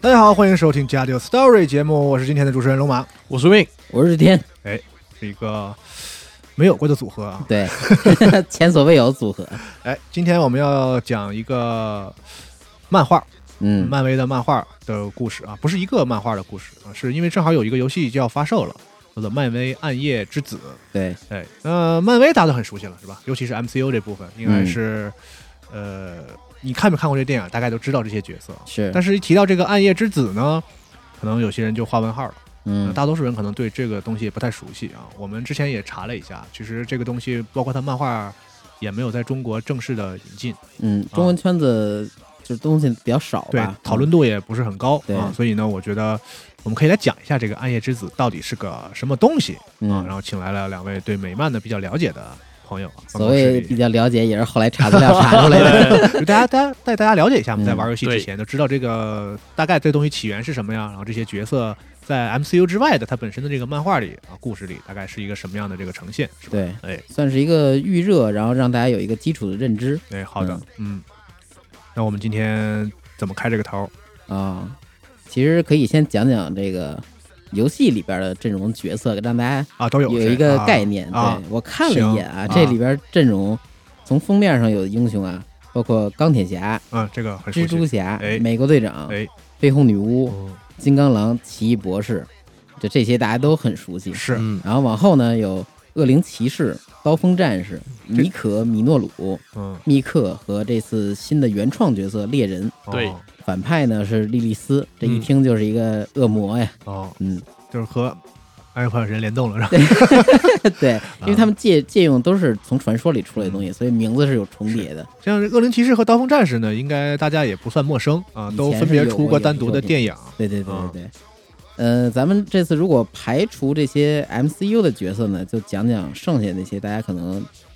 大家好，欢迎收听《加六 Story》节目，我是今天的主持人龙马，我是 Win，我 是天，哎是一个没有过的组合啊。 对，前所未有组合，哎，今天我们要讲一个漫画，嗯，漫威的漫画的故事啊，不是一个漫画的故事啊，是因为正好有一个游戏就要发售了，叫做《漫威暗夜之子》。对，哎，那漫威大家都很熟悉了，是吧？尤其是 MCU 这部分，应该是、呃，你看没看过这电影，大概都知道这些角色。是，但是，一提到这个暗夜之子呢，可能有些人就画问号了。嗯，大多数人可能对这个东西不太熟悉啊。我们之前也查了一下，其实这个东西包括它漫画也没有在中国正式的引进，嗯，中文圈子就是东西比较少吧，啊对嗯，讨论，度也不是很高对啊。所以呢，我觉得我们可以来讲一下这个暗夜之子到底是个什么东西啊。然嗯，后请来了两位对美漫的比较了解的朋友啊，办所公室谓里比较了解，也是后来查资料查 出来的， 就大家大家带大家了解一下，我们嗯在玩游戏之前都知道这个大概这东西起源是什么呀，然后这些角色在 MCU 之外的它本身的这个漫画里啊故事里大概是一个什么样的这个呈现，是吧？对，哎算是一个预热，然后让大家有一个基础的认知哎，好的，嗯，那我们今天怎么开这个头？啊。其实可以先讲讲这个游戏里边的阵容角色，让大家啊，都有有谁一个啊概念。啊对我看了一眼行啊啊，这里边阵容从封面上有的英雄啊，包括钢铁侠、啊，这个很熟蜘蛛悉。侠哦哎、美国队长、哎，绯红女巫、嗯金刚狼、奇异博士，就这些大家都很熟悉。是嗯，然后往后呢，有恶灵骑士、刀锋战士、尼可、米诺鲁、嗯，密克和这次新的原创角色猎人。哦对反派呢是莉莉丝，这一嗯听就是一个恶魔呀。哦，嗯，就是和暗夜破坏神联动了，是吧？嗯对，因为他们借借用都是从传说里出来的东西，所以名字是有重叠的。像是恶灵骑士和刀锋战士呢，应该大家也不算陌生啊，以都前分是别有出过过有单独作的品电影。对对对嗯对对。呃，咱们这次如果排除这些 MCU 的角色呢，就讲讲剩下那些大家可能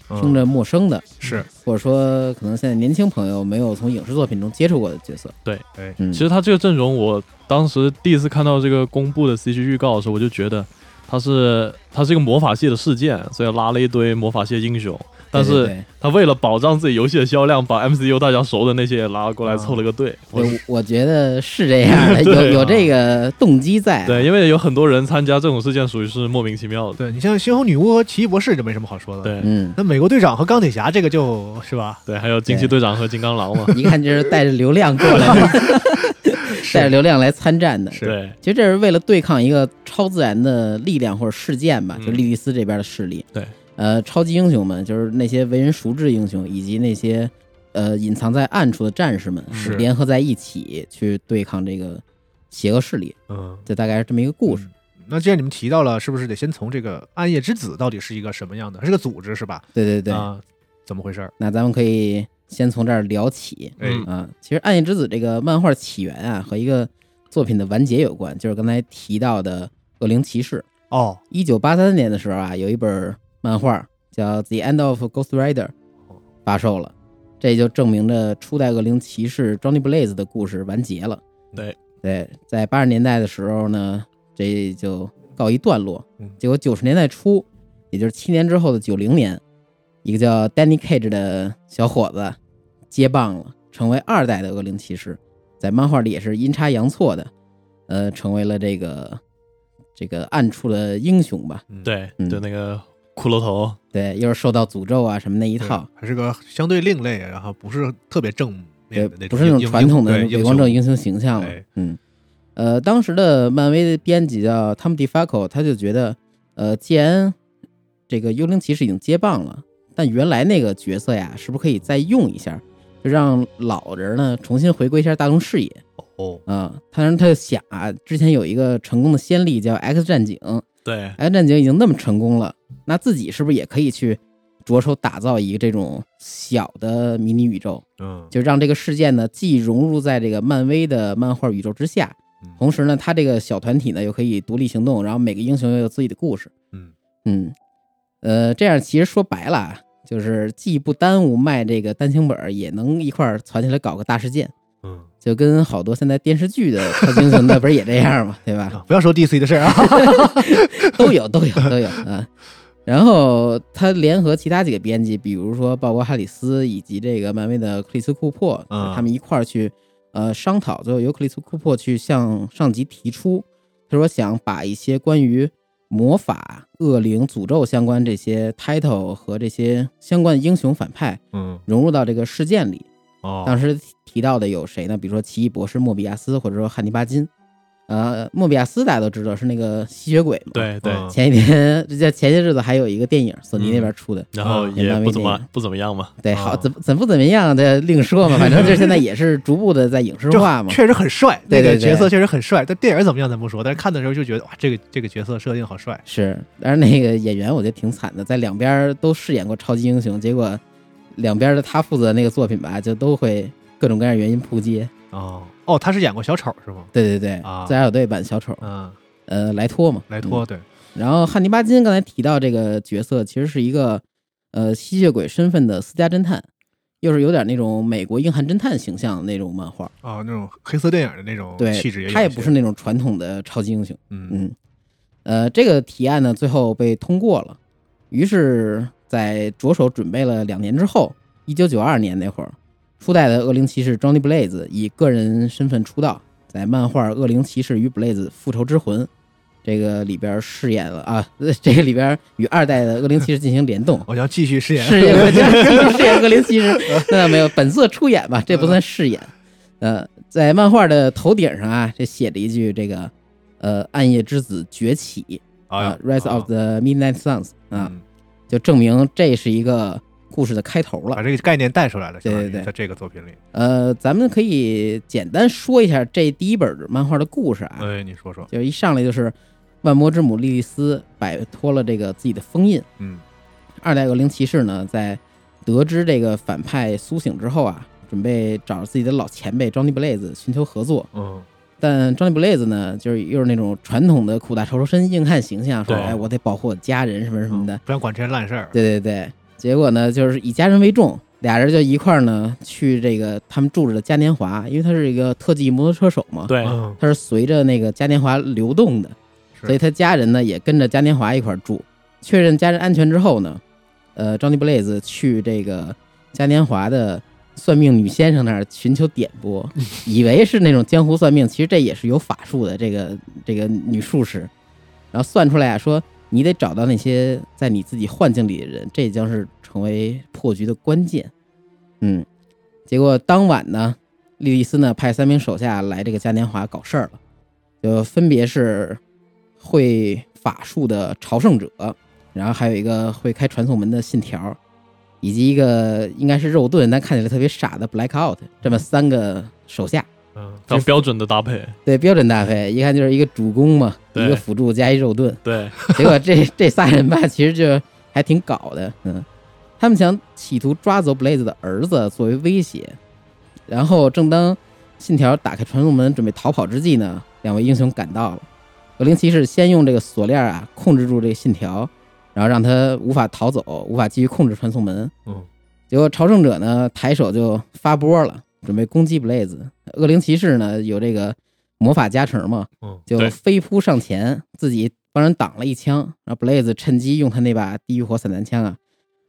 听嗯着陌生的，是，或者说可能现在年轻朋友没有从影视作品中接触过的角色。哎，嗯，其实他这个阵容，我当时第一次看到这个公布的 CG 预告的时候，我就觉得他是他是一个魔法系的事件，所以拉了一堆魔法系的英雄，但对是对他为了保障自己游戏的销量，把 MCU 大家熟的那些也拉过来凑了个队。对我对我我觉得是这样的，有 对啊有这个动机在。对，，因为有很多人参加这种事件，属于是莫名其妙的。对你像猩红女巫和奇异博士就没什么好说的。，对嗯，那美国队长和钢铁侠这个就是吧，对，还有惊奇队长和金刚狼嘛。一看 就是带着流量过来的，带着流量来参战的。是对其实这是为了对抗一个超自然的力量或者事件吧，嗯就莉莉丝这边的势力。对，呃，超级英雄们就是那些为人熟知的英雄，以及那些呃隐藏在暗处的战士们，是联合在一起去对抗这个邪恶势力。嗯。这大概是这么一个故事。那既然你们提到了，是不是得先从这个暗夜之子到底是一个什么样的？它是个组织是吧？对对对，啊，怎么回事儿？那咱们可以先从这儿聊起哎，嗯啊。其实《暗夜之子》这个漫画起源啊，和一个作品的完结有关，就是刚才提到的《恶灵骑士》。哦，一九八三年的时候啊，有一本漫画叫《The End of Ghost Rider》发售了，这就证明着初代恶灵骑士 Johnny Blaze 的故事完结了。对对，在八十年代的时候呢，这就告一段落嗯。结果九十年代初，也就是七年之后的九零年，一个叫 Danny Cage 的小伙子接棒了，成为二代的恶灵骑士，在漫画里也是阴差阳错的，呃，成为了这个这个暗处的英雄吧。对嗯对，那个骷髅头，对，又是受到诅咒啊什么那一一套，还是个相对另类，然后不是特别正面对的那种英，，不是那种传统的对伪光正英英雄形象了哎。嗯，呃，当时的漫威的编辑叫 Tom DeFalco，他就觉得，呃，既然这个幽灵骑士已经接棒了，但原来那个角色呀，是不是可以再用一下，就让老人呢重新回归一下大众视野雄哦，啊、他让他就想啊，之前有一个成功的先例叫《X 战警》，对《X 战警》已经那么成功了，那自己是不是也可以去着手打造一个这种小的迷你宇宙，嗯，就让这个事件呢既融入在这个漫威的漫画宇宙之下，嗯同时呢，他这个小团体呢又可以独立行动，然后每个英雄又有自己的故事。嗯嗯，呃，这样其实说白了啊，就是既不耽误卖这个单行本儿，也能一块儿攒起来搞个大事件。嗯就跟好多现在电视剧的 超级英雄那不是也这样嘛，对吧？啊，不要说 DC 的事儿啊， 都有，都有，都有啊。然后他联合其他几个编辑，比如说鲍勃·哈里斯以及这个漫威的克里斯·库珀，嗯他们一块儿去呃商讨，最后尤克里斯库珀去向上级提出，他说想把一些关于魔法、恶灵、诅咒相关这些 title 和这些相关英雄反派嗯，融入到这个事件里。哦，当时提到的有谁呢？比如说奇异博士莫比亚斯，或者说汉尼拔金。呃，莫比亚斯大家都知道是那个吸血鬼嘛。。对对，嗯前几天，这叫前些日子还有一个电影，索尼那边出的，嗯然后也漫威不怎么嗯嗯电影嗯不怎么样嘛，对，啊好，怎么怎么不怎么样的另说 嘛，反正就是现在也是逐步的在影视就化嘛。确实很帅，对那对个对角色确实很帅。但电影怎么样咱不说，但是看的时候就觉得哇，这个这个角色设定好帅。是，但是那个演员我觉得挺惨的，在两边都饰演过超级英雄，结果两边的他负责的那个作品吧，就都会各种各样的原因扑街。哦哦，他是演过小丑是吗？对对对，啊自杀小队版小丑，嗯，呃，莱托嘛，莱托嗯对，然后汉尼拔金刚才提到这个角色，其实是一个呃吸血鬼身份的私家侦探，又是有点那种美国硬汉侦探形象的那种漫画。哦，那种黑色电影的那种对气质也，有一些，他也不是那种传统的超级英雄。嗯，嗯，呃，这个提案呢，最后被通过了。于是，在着手准备了两年之后，一九九二年那会儿，初代的恶灵骑士 Johnny Blaze 以个人身份出道，在漫画《恶灵骑士与 Blaze 复仇之魂》这个里边饰演了啊， 呃这个里边与二代的恶灵骑士进行联动我想继续饰演饰演恶灵饰演恶灵骑士，那倒没有本色出演吧，这不算饰演。呃，在漫画的头顶上啊，这写着一句这个呃暗夜之子崛起，哎啊，《Rise of the Midnight Suns》啊，，嗯就证明这是一个故事的开头把了。这个概念带出来了，对对相当于对在这个作品里，呃，咱们可以简单说一下这第一本漫画的故事啊，哎，你说说，就是一上来就是万魔之母莉莉丝摆脱了这个自己的封印，嗯二代恶灵骑士呢，在得知这个反派苏醒之后啊，准备找自己的老前辈 Johnny Blaze 寻求合作，嗯但 Johnny Blaze 呢，就是又是那种传统的苦大仇深硬汉形象，说对哎，我得保护我家人什么什么的嗯，。不想管这些烂事儿，对对对，结果呢，就是以家人为重，俩人就一块儿呢去这个他们住着的嘉年华，因为他是一个特技摩托车手嘛，对，嗯他是随着那个嘉年华流动的，是所以他家人呢也跟着嘉年华一块儿住。确认家人安全之后呢，呃，Johnny Blaze 去这个嘉年华的算命女先生那儿寻求点拨，以为是那种江湖算命，其实这也是有法术的。这个这个女术士，然后算出来啊，说你得找到那些在你自己幻境里的人，这将是成为破局的关键。嗯，结果当晚呢，莉莉丝呢派三名手下来这个嘉年华搞事儿了，就分别是会法术的朝圣者，然后还有一个会开传送门的信条，以及一个应该是肉盾但看起来特别傻的 Blackout，这么三个手下。嗯然后标准的搭配，对，标准搭配，一看就是一个主攻嘛，对一个辅助加一肉盾，对，结果这这仨人吧，其实就还挺搞的，嗯，他们想企图抓走 Blaze 的儿子作为威胁，然后正当信条打开传送门准备逃跑之际呢，两位英雄赶到了。恶灵骑士先用这个锁链啊控制住这个信条，然后让他无法逃走，无法继续控制传送门。嗯，结果朝圣者呢抬手就发波了，准备攻击 Blaze。恶灵骑士呢有这个魔法加成嘛，嗯就对飞扑上前，自己帮人挡了一枪，然后 Blaze 趁机用他那把地狱火散弹枪啊，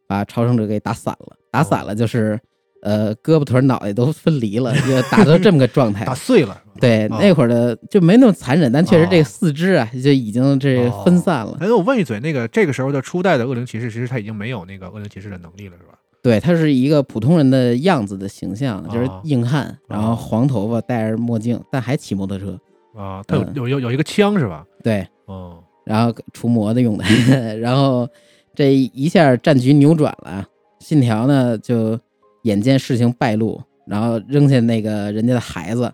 把朝圣者给打散了。打散哦了就是，呃，胳膊腿儿脑袋都分离了，就打到这么个状态打。碎了，是吧对，啊那会儿的就没那么残忍，但确实这个四肢啊就已经这哦分散了。哎，那我问一嘴，那个这个时候的初代的恶灵骑士，其实他已经没有那个恶灵骑士的能力了，是吧？对，他是一个普通人的样子的形象，就是哦硬汉，然后黄头发，戴着墨镜，但还骑摩托车。啊，他有嗯有有有一个枪是吧？对，哦，然后除魔的用 的，然后这一下战局扭转了。信条呢就眼见事情败露，然后扔下那个人家的孩子，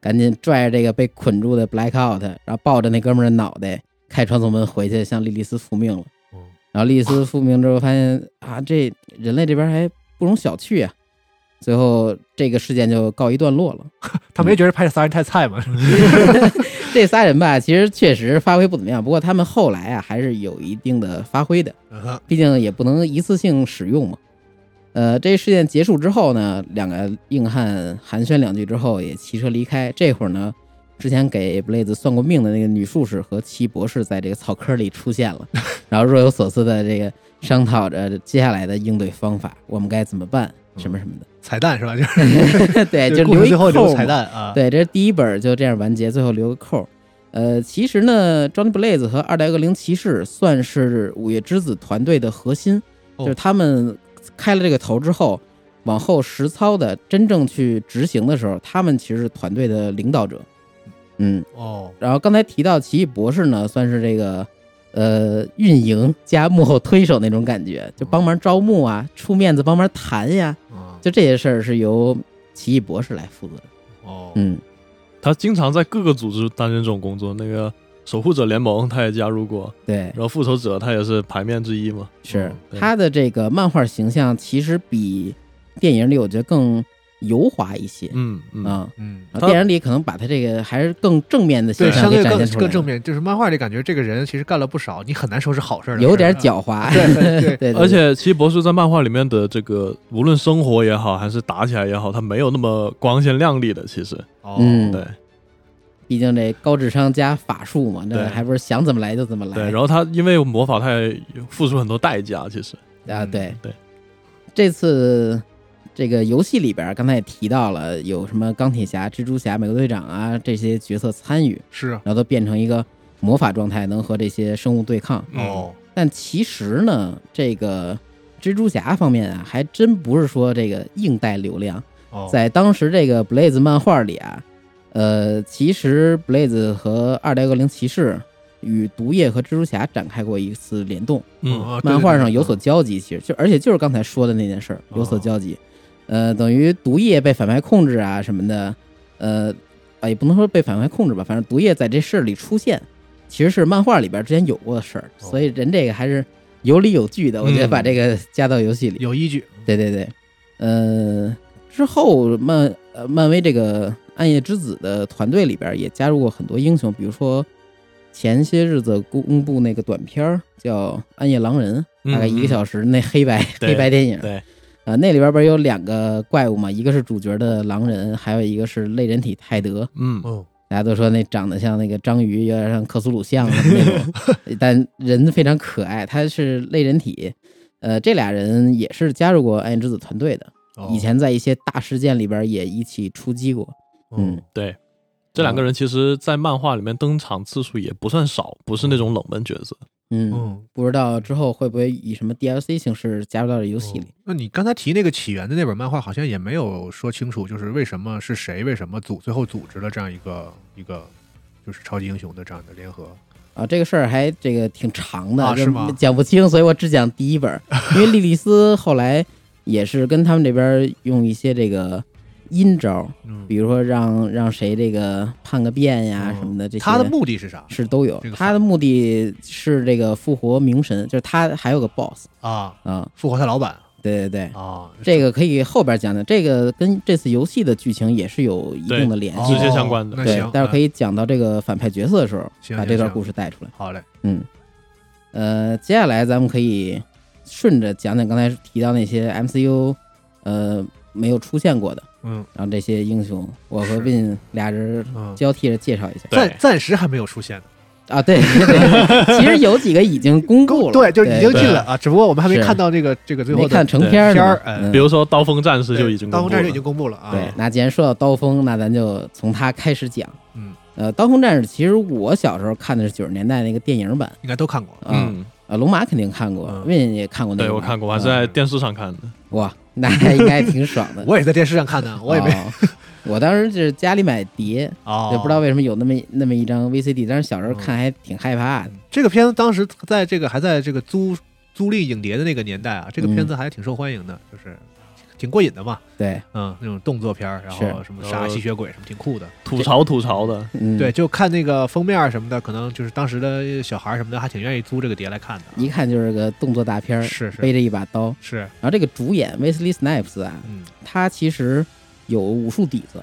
赶紧拽着这个被捆住的 Blackout，然后抱着那哥们儿的脑袋开传送门回去向莉莉丝复命了。嗯然后莉莉丝复命之后发现啊，这人类这边还不容小觑啊。最后这个事件就告一段落了。他没觉得拍这仨人太菜 吗？这仨人吧，其实确实发挥不怎么样，不过他们后来啊还是有一定的发挥的。嗯毕竟也不能一次性使用嘛。呃，这事件结束之后呢，两个硬汉寒暄两句之后，也骑车离开。这会儿呢，之前给布雷兹算过命的那个女术士和奇博士在这个草坑里出现 了，然后若有所思的这个商讨着接下来的应对方法，我们该怎么办，什么什么的。彩蛋是 吧？就是 嗯对，哎就是就故留事一最后留扣彩嘛。蛋啊，对，这是第一本就这样完结，最后留个扣儿。呃，其实呢，Johnny Blaze 和二代恶灵骑士算是五月之子团队的核心，哦就是他们开了这个头之后，往后实操的真正去执行的时候，他们其实是团队的领导者。嗯，哦，然后刚才提到奇异博士呢，算是这个呃运营加幕后推手那种感哦觉，就帮忙招募啊，出面子帮忙谈呀，啊，就这些事儿是由奇异博士来负责的。哦，嗯，他经常在各个组织担任这种工作。那个守护者联盟他也加入过，对，然后复仇者他也是牌面之一嘛。是嗯对他的这个漫画形象其实比电影里我觉得更油滑一些嗯嗯，啊。嗯，然他后电影里可能把他这个还是更正面的形对，象相给对展现更出来更了，正面，就是漫画里感觉这个人其实干了不少，你很难说是好事儿的事儿，有点啊，狡猾。对对对 对，对而且奇异博士在漫画里面的这个，无论生活也好，还是打起来也好，他没有那么光鲜亮丽的。其实，哦，嗯对毕竟这高智商加法术嘛，对那还不是想怎么来就怎么对，来然后他因为魔法，他也付出很多代价。其实，啊？对嗯对，这次这个游戏里边儿，刚才也提到了有什么钢铁侠、蜘蛛侠、美国队长啊这些角色参与，是，啊然后都变成一个魔法状态，能和这些生物对抗。嗯哦，但其实呢，这个蜘蛛侠方面啊，还真不是说这个硬带流量。哦，在当时这个 Blaze 漫画里啊，呃，其实 Blaze 和二代恶灵骑士与毒液和蜘蛛侠展开过一次联动， 嗯，啊对漫画对上对哦有所交集。其实就而且就是刚才说的那件事儿有所交集，呃，等于毒液被反派控制啊什么的，呃，啊也不能说被反派控制吧，反正毒液在这事儿里出现，其实是漫画里边之前有过的事儿，哦嗯所以人这个还是有理有据的。我觉得把这个加到游戏里，有依据，对对对，呃，之后漫呃漫威这个暗夜之子的团队里边也加入过很多英雄，比如说前些日子公布那个短片儿叫《暗夜狼人》，嗯大概一个小时那黑白、对黑白电影，对啊、那里边不是有两个怪物嘛，一个是主角的狼人，还有一个是类人体泰德，嗯，哦，大家都说那长得像那个章鱼，有点像克苏鲁像什么那种， 但人非常可爱。他是类人体，呃，这俩人也是加入过暗夜之子团队的，哦以，前在一些大事件里边也一起出击过。嗯哦，对，这两个人其实，在漫画里面登场次数也不算少，不是那种冷门角色。嗯，哦嗯，不知道之后会不会以什么 DLC 形式加入到这游戏里哦？那你刚才提那个起源的那本漫画，好像也没有说清楚，就是为什么是谁，为什么组最后组织了这样一个一个就是超级英雄的这样的联合。啊，这个事儿还这个挺长的，啊就是吗讲不清，所以我只讲第一本儿，因为莉莉丝后来也是跟他们这边用一些这个阴招。嗯，比如说让让谁这个叛个变嗯呀啊什么的，这些他的目的是啥？是都有这。个他的目的是这个复活冥神，就是他还有个 boss 啊，啊，复活他老板对对对，啊，这个可以后边讲讲，这个跟这次游戏的剧情也是有一定的联哦系直接的。相关的那对行，，待会儿可以。以讲到这个反派角色的时候，行把行这段行故事带出来。好嘞，嗯，呃，接下来咱们可以顺着讲讲刚才提到那些 MCU 呃没有出现过的，嗯然后这些英雄，我和是 Win 俩人嗯，交替着介绍一下。对暂暂时还没有出现呢，啊，对，对其实有几个已经公布了，对，就是已经对进了啊，只不过我们还没是看到这个这个最后没的看成片儿呢片儿哎嗯比如说刀锋战士对就已经当公红布战士已经了，公布了啊，对，那既然说到刀锋，那咱就从他开始讲。嗯，呃，刀锋战士其实我小时候看的是九十年代那个电影版应该都看过了。啊，嗯，呃，龙马肯定看过嗯，Win 也看过那对个吧，我看过，我还是啊在电视上看的。哇，那应该挺爽的。 我也在电视上看的，我也没哦我当时就是家里买碟，哦嗯也不知道为什么有那么那么一张 VCD，但是小时候看还挺害怕的。这个片子当时在这个还在这个租租赁影碟的那个年代啊，这个片子嗯还挺受欢迎的，就是挺过瘾的嘛，对，嗯，那种动作片儿，然后是什么杀吸血鬼什么，挺酷的。吐槽吐槽的，嗯，对，，就看那个封面儿什么的，可能就是当时的小孩儿什么的，还挺愿意租这个碟来看的啊。一看就是个动作大片儿，是背是着一把刀。是，然后这个主演 Wesley Snipes 啊，嗯，他其实有武术底子。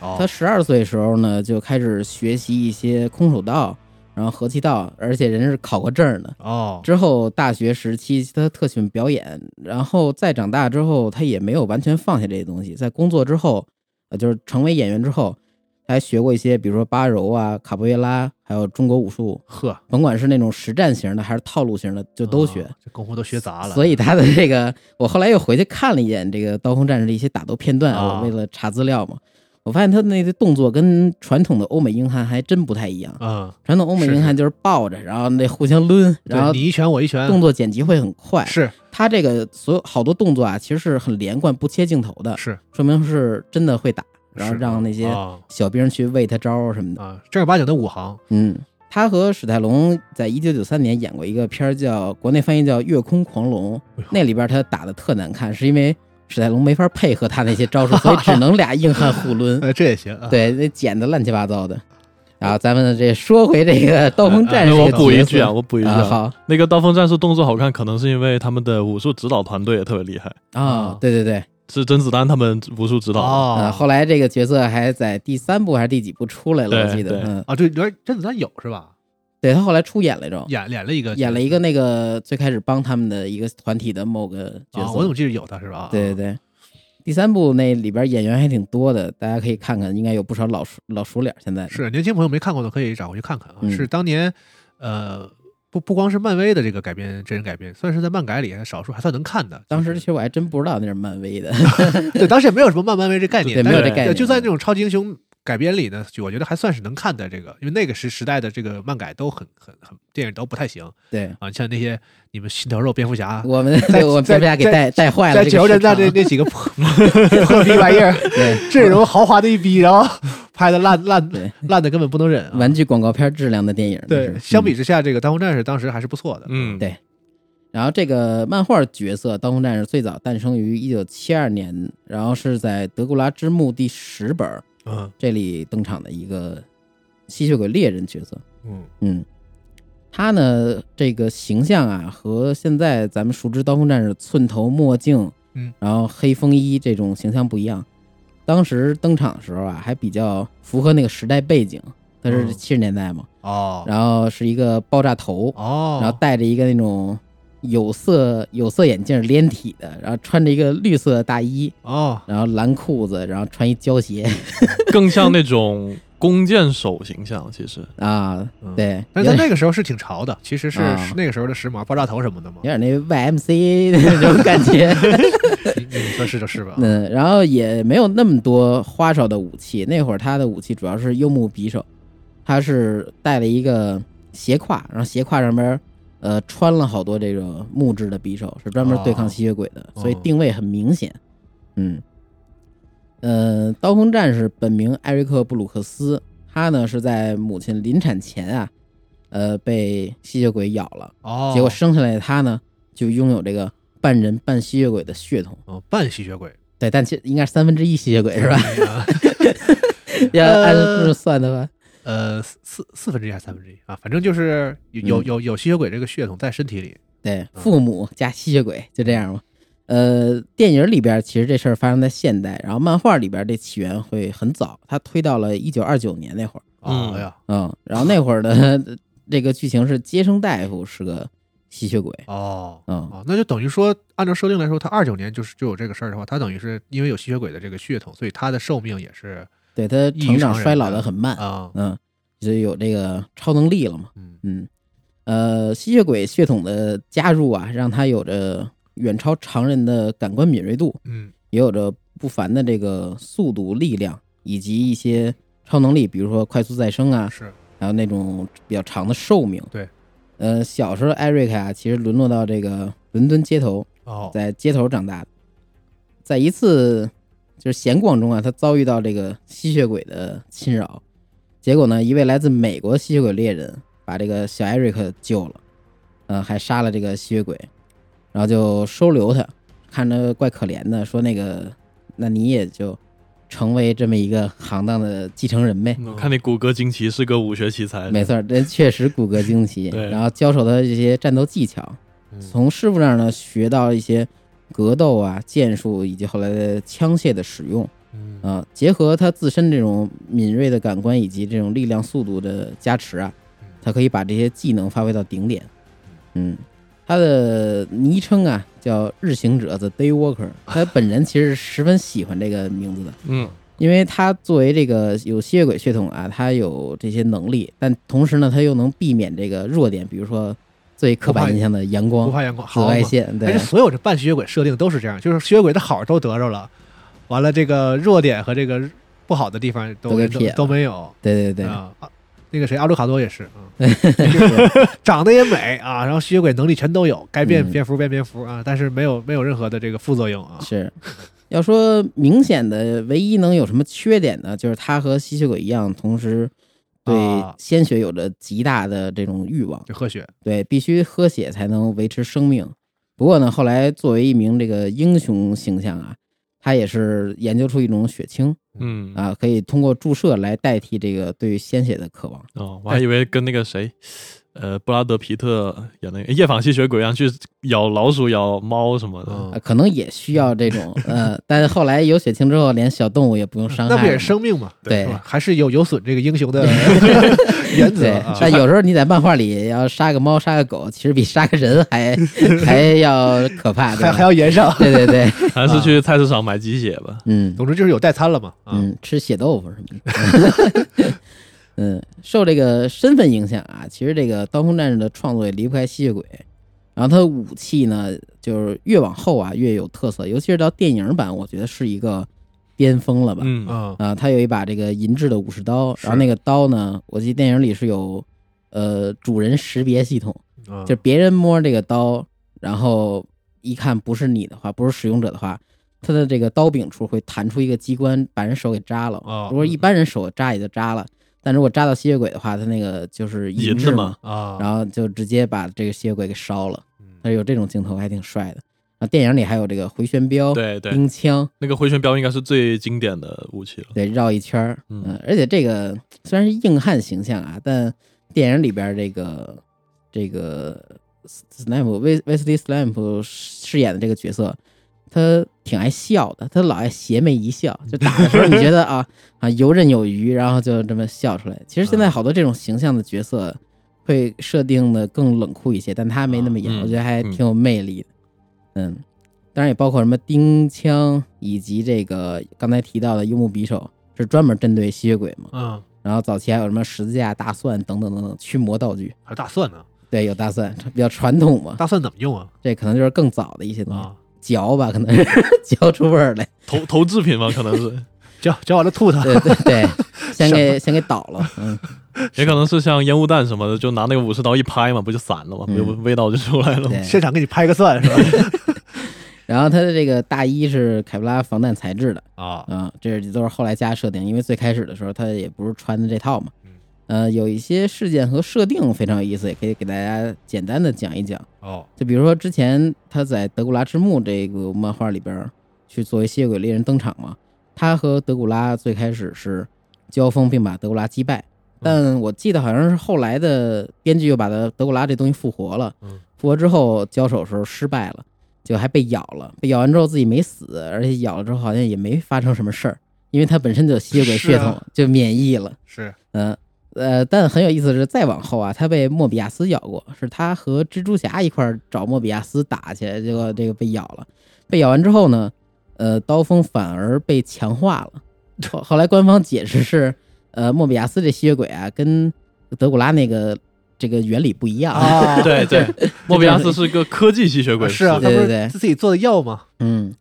他哦，十二岁的时候呢，就开始学习一些空手道，然后合气道，而且人是考过证儿的。哦，之后大学时期，他特喜欢表演，然后再长大之后，他也没有完全放下这些东西。在工作之后，呃，就是成为演员之后，他还学过一些，比如说巴柔啊、卡波维拉，还有中国武术，呵，甭管是那种实战型的还是套路型的，就都学。啊，这功夫都学砸了。所以他的这个，我后来又回去看了一眼这个《刀锋战士》的一些打斗片段啊我为了查资料嘛，我发现他那个动作跟传统的欧美硬汉还真不太一样。嗯，传统欧美是硬汉就是抱着，然后那互相抡，对然后你一拳我一嗯拳，动作剪辑会很快。是他这个所有好多动作啊，其实是很连贯、不切镜头的，是，说明是真的会打，然后是让那些啊哦小兵去喂他招儿什么的。啊，正儿八经的武行嗯，他和史泰龙在一九九三年演过一个片儿，叫国内翻译叫《月空狂龙》哎呦，那里边他打的特难看，是因为史泰龙没法配合他那些 招数，所以只能俩硬汉互抡，哎呃，这也行啊。嗯对，那剪的乱七八糟的。然后咱们这说回这个刀锋战哎士这我个角色，补一句啊，我补一句啊，啊，好那个刀锋战士动作好看，可能是因为他们的武术指导团队也特别厉害，啊，对对对，是甄子丹他们武术指导的。啊，哦后来这个角色还在第三部还是第几部出来了，对我记得对，嗯，啊，对，原来甄子丹有是吧？对他后来出演来着，演演了一个，啊演了一个那个最开始帮他们的一个团体的某个角啊，色，我怎么记得有他是吧？啊对对对，第三部那里边演员还挺多的，大家可以看看，应该有不少老熟老熟脸。现在是年轻朋友没看过的可以找回去看看啊。嗯是当年，呃，不不光是漫威的这个改编真人改编，算是在漫改里少数还算能看的。当就时是其实我还真不知道那是 漫威的，对当时也没有什么漫漫威这概念，对，没有但这是概念。就在那种超级英雄改编里呢，就我觉得还算是能看的这个，因为那个时时代的这个漫改都很很很电影都不太行对，啊，像那些你们心头肉、蝙蝠侠。我们啊在对我们在被大家给在带带坏了在这个市九场。十年代那那几个 破破逼玩意儿，对阵容豪华的一逼，然后拍的烂烂对烂的根本不能忍、啊。玩具广告片质量的电影，那对，是嗯相比之下，这个《刀锋战士》当时还是不错的。嗯，对然后这个漫画角色《刀锋战士》最早诞生于一九七二年，然后是在《德古拉之墓》第十本儿嗯这里登场的一个吸血鬼猎人角色。嗯嗯，他呢这个形象啊，和现在咱们熟知刀锋战士寸头墨镜，嗯，然后黑风衣这种形象不一样。当时登场的时候啊，还比较符合那个时代背景，他是嗯七十年代嘛，哦然后是一个爆炸头，哦，然后戴着一个那种有色有色眼镜连体的，然后穿着一个绿色的大衣，哦然后蓝裤子，然后穿一胶鞋更像那种弓箭手形象，其实啊，对，嗯但是在那个时候是挺潮的，其实是啊是那个时候的时髦，爆炸头什么的嘛。有点那 YMC 那种感觉。你你说是就是吧？嗯，然后也没有那么多花哨的武器。那会儿他的武器主要是柚木匕首，他是带了一个斜挎，然后斜挎上边儿呃穿了好多这种木质的匕首，是专门对抗哦吸血鬼的，所以哦定位很明显。嗯，呃，刀锋战士本名艾瑞克·布鲁克斯，他呢是在母亲临产前啊，呃被吸血鬼咬了，哦，结果生下来的他呢就拥有这个半人半吸血鬼的血统。哦半吸血鬼对，但其实应该是三分之一吸血鬼是吧？哎呀 要呃按这么算的话，呃四四四分之一还是三分之一啊？反正就是有有嗯有有吸血鬼这个血统在身体里。对，父母加吸血鬼就这样嘛。呃，电影里边其实这事儿发生在现代，然后漫画里边这起源会很早，它推到了一九二九年那会儿，哦嗯哎呀嗯，然后那会 儿的这个剧情是接生大夫是个吸血鬼，哦。嗯，哦，那就等于说，按照设定来说，他二九年就是就有这个事儿的话，他等于是因为有吸血鬼的这个血统，所以他的寿命也是对他成长衰老的很慢，啊，嗯，就有这个超能力了嘛，嗯嗯，呃，吸血鬼血统的加入啊，让他有着远超常人的感官敏锐度，嗯也有着不凡的这个速度、力量以及一些超能力，比如说快速再生啊，是还有那种比较长的寿命。对，呃，小时候艾瑞克啊，其实沦落到这个伦敦街头，哦在街头长大的，在一次就是闲逛中啊，他遭遇到这个吸血鬼的侵扰，结果呢，一位来自美国的吸血鬼猎人把这个小艾瑞克救了，呃，还杀了这个吸血鬼，然后就收留他，看着怪可怜的，说那个，那你也就成为这么一个行当的继承人呗。看你骨骼惊奇是个武学奇才，哦没错，这确实骨骼惊奇。呃对然后教授他这些战斗技巧，嗯从师傅那儿呢学到一些格斗啊、剑术以及后来的枪械的使用嗯啊、结合他自身这种敏锐的感官以及这种力量、速度的加持啊，他可以把这些技能发挥到顶点。嗯，他的昵称啊叫“日行者 ”The Day Walker，他本人其实十分喜欢这个名字的。嗯，因为他作为这个有吸血鬼血统啊，他有这些能力，但同时呢，他又能避免这个弱点，比如说最刻板印象的阳不光、怕阳光，紫好嘛外。线，而对且，所有这半吸血鬼设定都是这样，就是吸血鬼的好都得着了，完了这个弱点和这个不好的地方都都给都撇了都没有。对对对，啊，啊那个谁，阿鲁卡多也是，嗯长得也美啊，然后吸血鬼能力全都有，该变嗯蝙蝠变蝙蝠啊，但是没有没有任何的这个副作用啊。是。要说明显的，唯一能有什么缺点呢？就是他和吸血鬼一样，同时对啊鲜血有着极大的这种欲望，就喝血，对，必须喝血才能维持生命。不过呢，后来作为一名这个英雄形象啊，他也是研究出一种血清嗯啊，可以通过注射来代替这个对于鲜血的渴望。哦，我还以为跟那个谁，呃，布拉德皮特演那个夜访吸血鬼一样，去咬老鼠、咬猫什么的。嗯啊，可能也需要这种，呃，但是后来有血清之后，连小动物也不用伤那害了嘛，不也是生命嘛？对是吧还是有有损这个英雄 的原则对啊，。但有时候你在漫画里要杀个猫、杀个狗，其实比杀个人 还还要可怕，对还还吧？要延上，对对对，还是啊去菜市场买鸡血吧。嗯总之就是有代餐了嘛。啊，嗯，吃血豆腐什么的。 嗯，受这个身份影响啊，其实这个《刀锋战士》的创作也离不开吸血鬼。然后他的武器呢，就是越往后啊越有特色，尤其是到电影版，我觉得是一个巅峰了吧。嗯嗯啊，他有一把这个银质的武士刀，是然后那个刀呢，我记得电影里是有呃主人识别系统，嗯，就别人摸这个刀，然后一看不是你的话，不是使用者的话，他的这个刀柄处会弹出一个机关，把人手给扎了。哦如果一般人手扎也就扎了，但如果扎到吸血鬼的话，他那个就是银质的嘛嘛，啊，然后就直接把这个吸血鬼给烧了。嗯他有这种镜头还挺帅的。然后电影里还有这个回旋镖、对对，冰枪，那个回旋镖应该是最经典的武器了。对，绕一圈儿。嗯嗯，而且这个虽然是硬汉形象啊，但电影里边儿这个这个斯奈普威威斯利斯奈普饰演的这个角色，他挺爱笑的，他老爱邪魅一笑，就打的时候你觉得啊啊游刃有余，然后就这么笑出来。其实现啊在好多这种形象的角色会设定的更冷酷一些，但他没那么演，嗯我觉得还嗯挺有魅力的。嗯，当然也包括什么钉枪以及这个刚才提到的幽木匕首，是专门针对吸血鬼嘛。嗯，然后早期还有什么十字架、大蒜等等等等驱魔道具，还有大蒜呢，对，有大蒜，比较传统嘛。大蒜怎么用啊？这可能就是更早的一些东西，啊，嚼吧，可能是 嚼出味儿来。投投制品嘛，可能 是，嚼嚼完了吐它。对对 对，先给先给倒了，嗯，也可能是像烟雾弹什么的，就拿那个武士刀一拍嘛，不就散了嘛，嗯就味道就出来了嘛。对。现场给你拍个蒜是吧？ 然后它的这个大衣是凯夫拉防弹材质的，啊，啊，这都是后来加设定，因为最开始的时候他也不是穿的这套嘛嗯。呃，有一些事件和设定非常有意思，也可以给大家简单的讲一讲。哦，就比如说之前他在《德古拉之墓》这个漫画里边儿去作为吸血鬼猎人登场嘛，他和德古拉最开始是交锋，并把德古拉击败。嗯但我记得好像是后来的编剧又把他德古拉这东西复活了嗯，复活之后交手的时候失败了，就还被咬了。被咬完之后自己没死，而且咬了之后好像也没发生什么事儿，因为他本身就有吸血鬼是血啊统，就免疫了。是嗯，呃，但很有意思的是，再往后啊，他被莫比亚斯咬过，是他和蜘蛛侠一块儿找莫比亚斯打去，结果这个被咬了。被咬完之后呢，呃，刀锋反而被强化了。后后来官方解释是，呃，莫比亚斯这吸血鬼啊，跟德古拉那个这个原理不一样。啊，对对，莫比亚斯是个科技吸血鬼，是啊，他对不是对对自己做的药吗？嗯，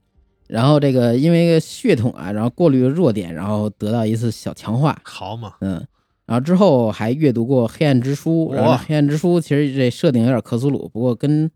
然后这个因为血统啊，然后过滤了弱点，然后得到一次小强化。好嘛，嗯，然后之后还阅读过《黑暗之书》，然后哇《黑暗之书》其实这设定有点克苏鲁，不过跟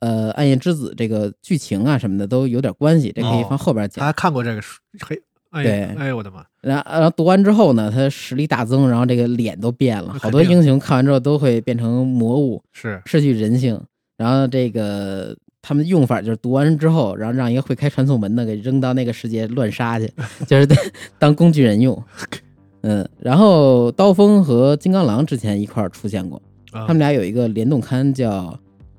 呃《暗夜之子》这个剧情啊什么的都有点关系，这可以放后边哦他讲。还看过这个书，嘿，哎对呀，哎呦我的妈，然后然后读完之后呢，他实力大增，然后这个脸都变了，那肯定好多英雄看完之后都会变成魔物，是失去人性。然后这个他们用法就是读完之后，然后让一个会开传送门的给扔到那个世界乱杀去， 就是当当工具人用。嗯，然后刀锋和金刚狼之前一块儿出现过，他他们俩有一个联动刊叫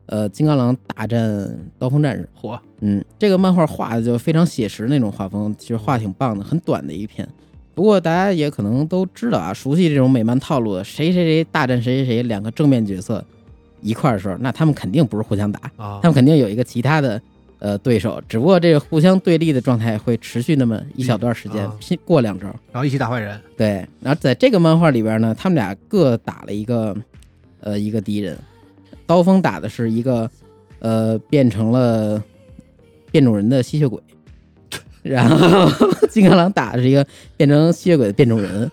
呃《金刚狼大战刀锋战士》。火，嗯，这个漫画画的就非常写实那种画风，其实画挺棒的，很短的一篇。不过大家也可能都知道啊，熟悉这种美漫套路的，谁谁谁大战谁谁谁，两个正面角色一块儿的时候，那他们肯定不是互相打，啊他，们肯定有一个其他的呃对手，只不过这个互相对立的状态会持续那么一小段时间，嗯啊拼过两招。然后一起打坏人，对，然后在这个漫画里边呢，他们俩各打了一个呃一个敌人，刀锋打的是一个呃变成了变种人的吸血鬼，然后 金刚狼打的是一个变成吸血鬼的变种人，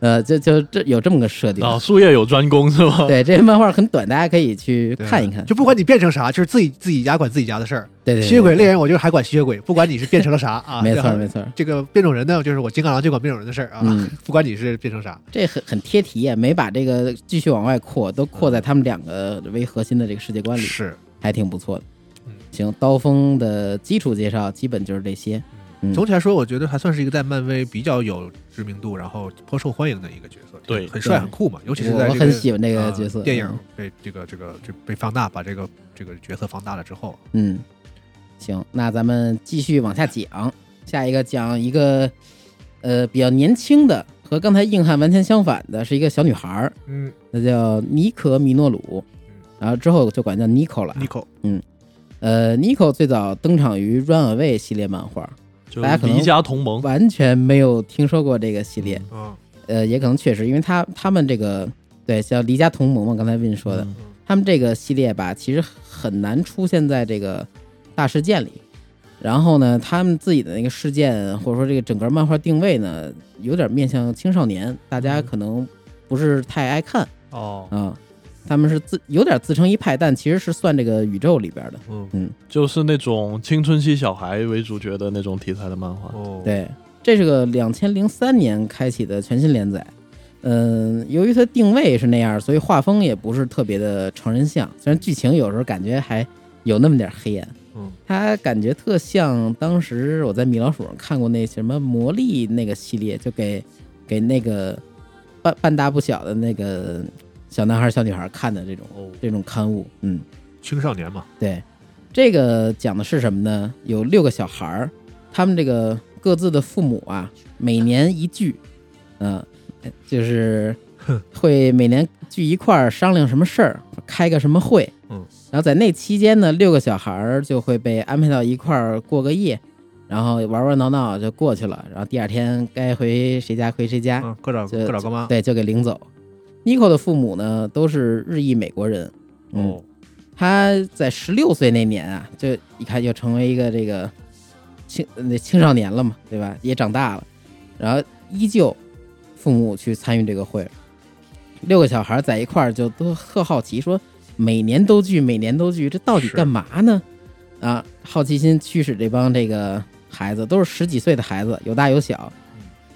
呃，就就这有这么个设定。啊，术业有专攻是吧？对，这个漫画很短，大家可以去对啊看一看。就不管你变成啥，就是自己自己家管自己家的事儿。对对对吸血鬼猎人，我就是还管吸血鬼，不管你是变成了啥啊。 没错然后没错，这个变种人呢，就是我金刚狼就管变种人的事儿啊，嗯，不管你是变成啥。这很很贴题啊，没把这个继续往外扩，都扩在他们两个为核心的这个世界观里。是，还挺不错的嗯。行，刀锋的基础介绍基本就是这些。嗯总体来说，我觉得还算是一个在漫威比较有知名度，然后颇受欢迎的一个角色。对很帅对很酷嘛，尤其是我在我这个很喜欢这个呃角色。嗯电影被这个这个就被放大，把这个这个角色放大了之后，嗯，嗯，行，那咱们继续往下讲，下一个讲一个呃比较年轻的，和刚才硬汉完全相反的，是一个小女孩儿，嗯那叫尼可米诺鲁嗯，然后之后就管叫尼可了。 ，Nico 呃，尼可最早登场于《Run Away》系列漫画，就大家可能离家同哦盟，完全没有听说过这个系列。嗯呃，也可能确实，因为他他们这个对叫离家同盟嘛，刚才 Win 说的，嗯他们这个系列吧，其实很难出现在这个大事件里。然后呢，他们自己的那个事件或者说这个整个漫画定位呢，有点面向青少年，大家嗯可能不是太爱看哦，啊。他们是自有点自成一派，但其实是算这个宇宙里边的。嗯就是那种青春期小孩为主角的那种题材的漫画。哦，对，这是个两千零三年开启的全新连载。嗯，由于它定位是那样，所以画风也不是特别的成人像。虽然剧情有时候感觉还有那么点黑暗，嗯，它感觉特像当时我在米老鼠上看过那什么魔力那个系列，就给给那个半半大不小的那个小男孩、小女孩看的这种哦，这种刊物。嗯，青少年嘛，对，这个讲的是什么呢？有六个小孩儿，他们这个各自的父母啊，每年一聚，嗯、就是会每年聚一块儿商量什么事儿，开个什么会，嗯，然后在那期间呢，六个小孩儿就会被安排到一块儿过个夜。然后玩玩闹闹就过去了，然后第二天该回谁家回谁家，嗯，各找啊这各找各妈，对，就给领走。Nico 的父母呢都是日裔美国人，嗯，哦，他在十六岁那年啊，就一看就成为一个这个青那青少年了嘛，对吧？也长大了，然后依旧父母去参与这个会，六个小孩在一块儿就都特好奇，说每年都聚，每年都聚，这到底是干嘛呢？啊，好奇心驱使这帮这个孩子，都是十几岁的孩子，有大有小，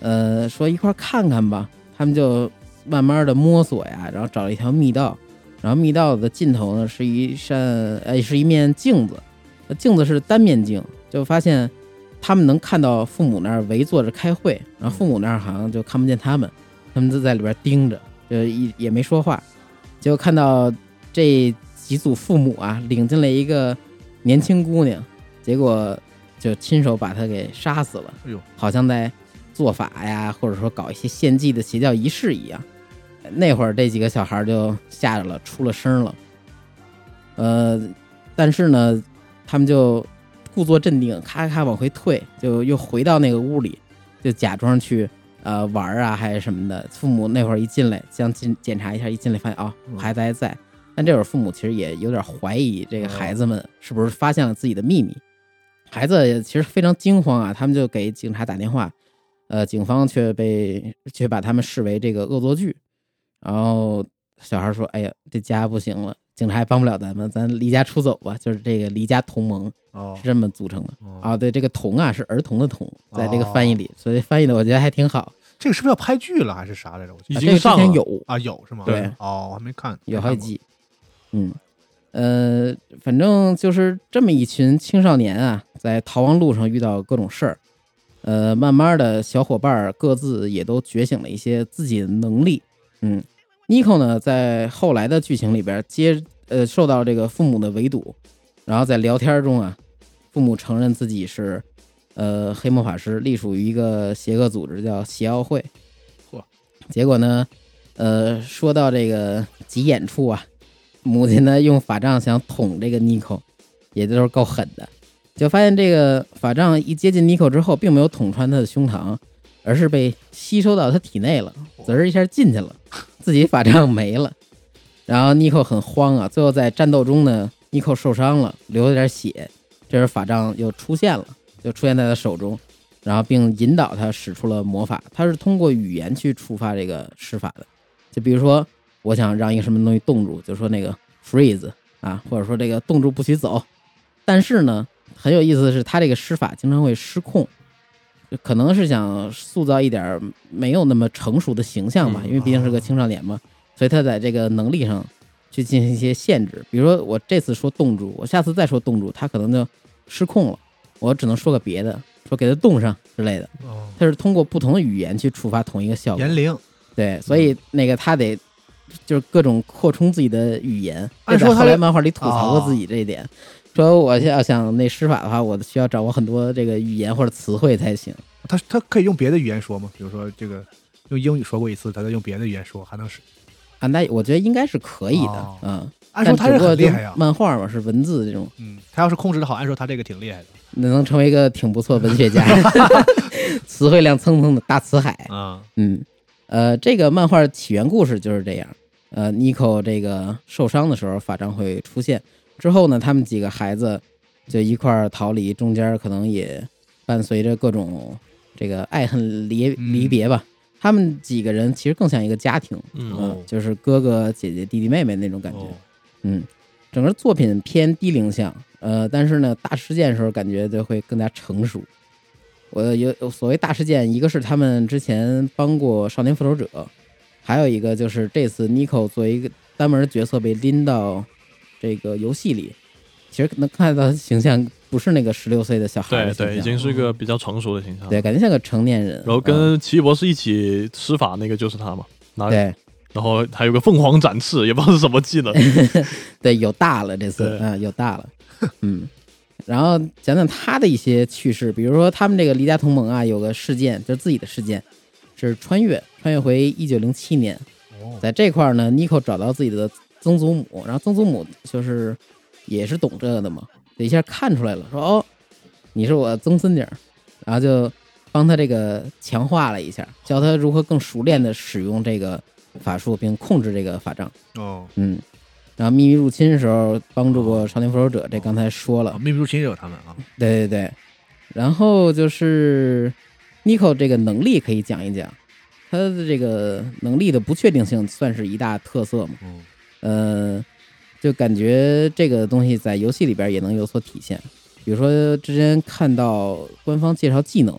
呃，说一块儿看看吧。他们就慢慢的摸索呀，然后找了一条密道，然后密道的尽头呢是一扇呃是一面镜子，呃镜子是单面镜，就发现他们能看到父母那儿围坐着开会，然后父母那儿好像就看不见他们，他们就在里边盯着，就一也没说话，结果看到这几组父母啊领进来一个年轻姑娘，结果就亲手把她给杀死了，哎呦，好像在做法呀，或者说搞一些献祭的邪教仪式一样。那会儿这几个小孩儿就吓着了，出了声了。呃，但是呢，他们就故作镇定，咔咔往回退，就又回到那个屋里，就假装去呃玩儿啊，还是什么的。父母那会儿一进来，想进检查一下，一进来发现啊、嗯孩子还在。但这会儿父母其实也有点怀疑这个孩子们是不是发现了自己的秘密。孩子也其实非常惊慌啊，他们就给警察打电话，呃，警方却被却把他们视为这个恶作剧。然后小孩说：“哎呀，这家不行了，警察也帮不了咱们，咱离家出走吧。”就是这个离家同盟哦是，这么组成的哦啊。对，这个“同”啊是儿童的“童”，在哦这个翻译里，所以翻译的我觉得还挺好。这个是不是要拍剧了还是啥来着？我记已得啊经这个之上前了有啊，有是吗？对，哦，我还没看，有没好看几过季，嗯，呃，反正就是这么一群青少年啊，在逃亡路上遇到各种事儿，呃，慢慢的小伙伴儿各自也都觉醒了一些自己的能力，嗯，Nico 呢，在后来的剧情里边接呃受到这个父母的围堵，然后在聊天中啊，父母承认自己是呃黑魔法师，隶属于一个邪恶组织叫邪奥会嚯，结果呢，呃，说到这个急眼处啊，母亲呢用法杖想捅这个 Nico，也就是够狠的。就发现这个法杖一接近妮蔻之后，并没有捅穿他的胸膛，而是被吸收到他体内了，滋儿一下进去了，啊自己法杖没了。然后妮蔻很慌啊，最后在战斗中呢，妮蔻受伤了，流了点血，这时法杖又出现了，就出现在他手中，然后并引导他使出了魔法，他是通过语言去触发这个施法的，就比如说我想让一个什么东西冻住，就说那个 freeze 啊，或者说这个冻住不许走，但是呢，很有意思的是，他这个施法经常会失控，可能是想塑造一点儿没有那么成熟的形象吧，嗯因为毕竟是个青少年嘛，所以他在这个能力上去进行一些限制。比如说，我这次说冻住，我下次再说冻住，他可能就失控了，我只能说个别的，说给他冻上之类的。哦，他是通过不同的语言去触发同一个效果。言灵，对，所嗯以那个他得就是各种扩充自己的语言。按说他这在后来这哦漫画里吐槽过自己这一点，说我要想那施法的话，我需要掌握很多这个语言或者词汇才行。他他可以用别的语言说吗？比如说这个用英语说过一次，他再用别的语言说，还能是啊，那我觉得应该是可以的，哦嗯。按说但他只是不过很厉就害啊呀。漫画嘛是文字这种，嗯，他要是控制的好，按说他这个挺厉害的那能成为一个挺不错的文 学家， 词汇量蹭蹭的大词海。啊。嗯，呃，这个漫画的起源故事就是这样。呃，Nico 这个受伤的时候，法杖会出现。之后呢，他们几个孩子就一块儿逃离，中间可能也伴随着各种这个爱恨离嗯离别吧。他们几个人其实更像一个家庭，呃嗯哦就是哥哥、姐姐、弟弟、妹妹那种感觉。哦，嗯，整个作品偏低龄向，呃，但是呢，大事件的时候感觉就会更加成熟。我有所谓大事件，一个是他们之前帮过少年复仇者，还有一个就是这次 Nico 作为一个单门角色被拎到这个游戏里，其实能看到他形象不是那个十六岁的小孩儿对的对，已形象经是个比较成熟的形嗯象。对，感觉像个成年人。然后嗯、跟奇异博士一起施法那个就是他嘛，拿对然后还有个凤凰展翅，也不知道是什么技能。对，有大了这次对啊，有大了， 嗯。然后讲讲他的一些趣事，比如说他们这个离家同盟啊，有个事件就是自己的事件，是穿越，穿越回一九零七年，哦在这块儿呢，Nico 找到自己的曾祖母，啊然后曾祖母就是也是懂这个的嘛，就一下看出来了，说哦，你是我曾孙女儿，然后就帮他这个强化了一下，教他如何更熟练的使用这个法术，并控制这个法杖。哦，嗯，然后秘密入侵的时候帮助过少年复仇者，这刚才说啊了，秘密入侵也有他们啊。对对对。然后就是 Nico 这个能力可以讲一讲，他的这个能力的不确定性算是一大特色嘛，嗯，呃，就感觉这个东西在游戏里边也能有所体现。比如说之前看到官方介绍技能，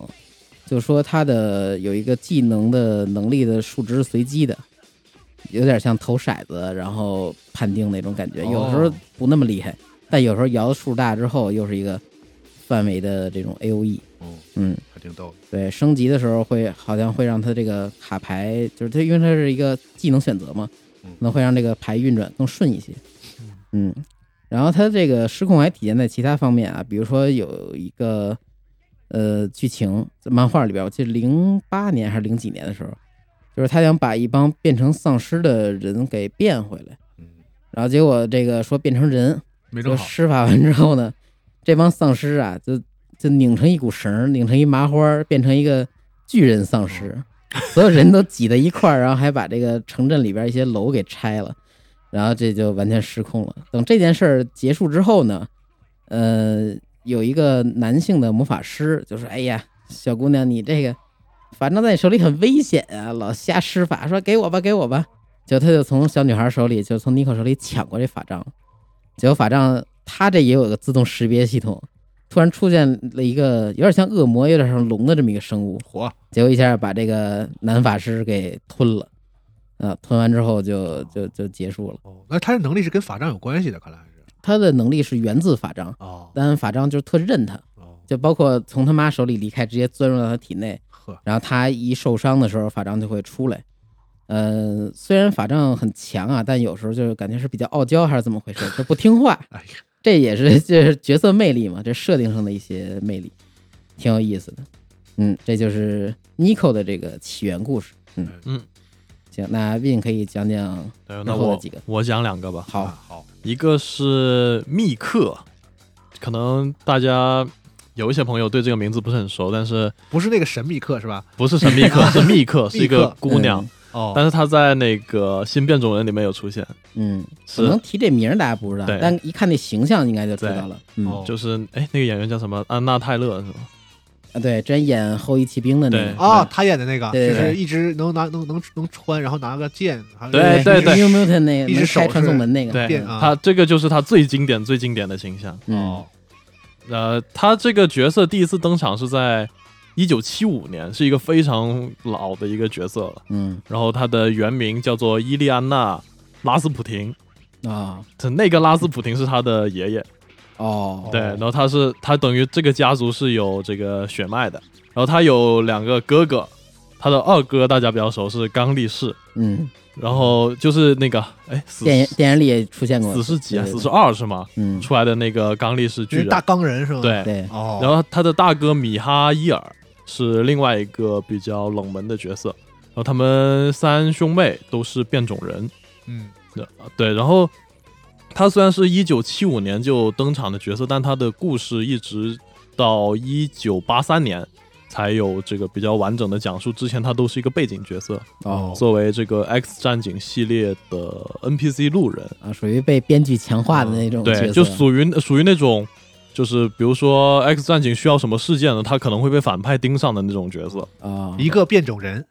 就说他的有一个技能的能力的数值是随机的，有点像投骰子然后判定那种感觉。哦有时候不那么厉害，但有时候摇的数大之后又是一个范围的这种 A O E。哦，嗯，还挺逗的。对，升级的时候会好像会让他这个卡牌，就是它因为它是一个技能选择嘛，嗯可能会让这个牌运转更顺一些。嗯，然后它这个失控还体现在其他方面啊，比如说有一个呃剧情在漫画里边，我记得零八年还是零几年的时候，就是他想把一帮变成丧尸的人给变回来，嗯，然后结果这个说变成人，没就整好。施法完之后呢， 这帮丧尸啊，就就拧成一股绳儿，拧成一麻花儿，变成一个巨人丧尸，哦 所有人都挤在一块儿，然后还把这个城镇里边一些楼给拆了，然后这就完全失控了。等这件事儿结束之后呢，呃，有一个男性的魔法师就说：“哎呀，小姑娘，你这个反正在你手里很危险啊，老瞎施法，说给我吧，给我吧。”就他就从小女孩手里，就从妮可手里抢过这法杖，结果法杖它这也有个自动识别系统，突然出现了一个有点像恶魔、有点像龙的这么一个生物，火，结果一下把这个男法师给吞了，啊，吞完之后就就就结束了。哦，那他的能力是跟法杖有关系的，看来还是。他的能力是源自法杖，哦但法杖就是特认他，哦，就包括从他妈手里离开，直接钻入到他体内，呵，然后他一受伤的时候，法杖就会出来。呃，虽然法杖很强啊，但有时候就是感觉是比较傲娇还是怎么回事，就不听话。 哎呀，这也是这是角色魅力嘛，这设定上的一些魅力，挺有意思的。嗯，这就是 Nico 的这个起源故事。嗯嗯，行，那 Win 可以讲讲。对，那然后呢我几个啊我讲两个吧。好，好，一个是密克，可能大家有一些朋友对这个名字不是很熟，但是不是那个神秘客是吧？不是神秘 客，是密客，是一密个克姑娘，哦，但是她在那个《新变种人》里面有出现，嗯，嗯，可是能提这名儿大家不知道对，但一看那形象应该就知道了。嗯，哦就是哎，那个演员叫什么？安娜泰勒是吗？啊，对，之前演《后羿骑兵》的那对个，哦啊，他演的那个对就对是对一直能拿能能能穿，然后拿个剑，还有对那个对对 New Mutant 那个一只能手开传送门那个，对变嗯啊她这个就是她最经典、最经典的形象。嗯哦，呃，她这个角色第一次登场是在一九七五年，是一个非常老的一个角色了。嗯然后她的原名叫做伊利安娜·拉斯普廷，啊这那个拉斯普廷是她的爷爷。哦，对，然后他是他等于这个家族是有这个血脉的，然后他有两个哥哥，他的二哥大家比较熟是刚力士，嗯，然后就是那个哎死电影电影里也出现过死，士几啊对死士二是吗？嗯，出来的那个刚力士就巨是大人，钢人是吗？，对，对，哦，然后他的大哥米哈伊尔是另外一个比较冷门的角色，然后他们三兄妹都是变种人，嗯，对，然后他虽然是一九七五年就登场的角色，但他的故事一直到一九八三年才有这个比较完整的讲述。之前他都是一个背景角色，哦作为这个 X 战警系列的 NPC 路人，啊，属于被编剧强化的那种角色，对，就属于属于那种。就是比如说，X 战警需要什么事件呢？他可能会被反派盯上的那种角色，啊，一个变种 人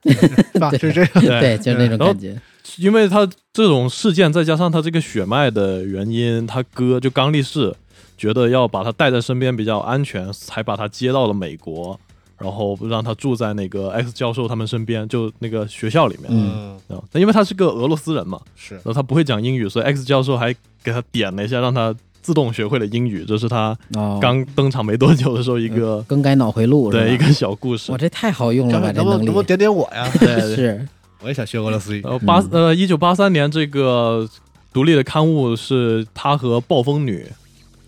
是吧？是这样，对对，就是那种感觉，因为他这种事件，再加上他这个血脉的原因，他哥就刚力士觉得要把他带在身边比较安全，才把他接到了美国，然后让他住在那个 X 教授他们身边，就那个学校里面。嗯，啊那因为他是个俄罗斯人嘛，是然后他不会讲英语，所以 X 教授还给他点了一下，让他自动学会了英语。这是他哦，嗯刚登场没多久的时候一个、更改脑回路，对是一吧，个小故事哇，。这太好用了张吧，翰，这能不能能不能能力点点我 呀？对对是，我也想学俄罗斯语然。后八嗯呃一九八三年这个独立的刊物是他和暴风女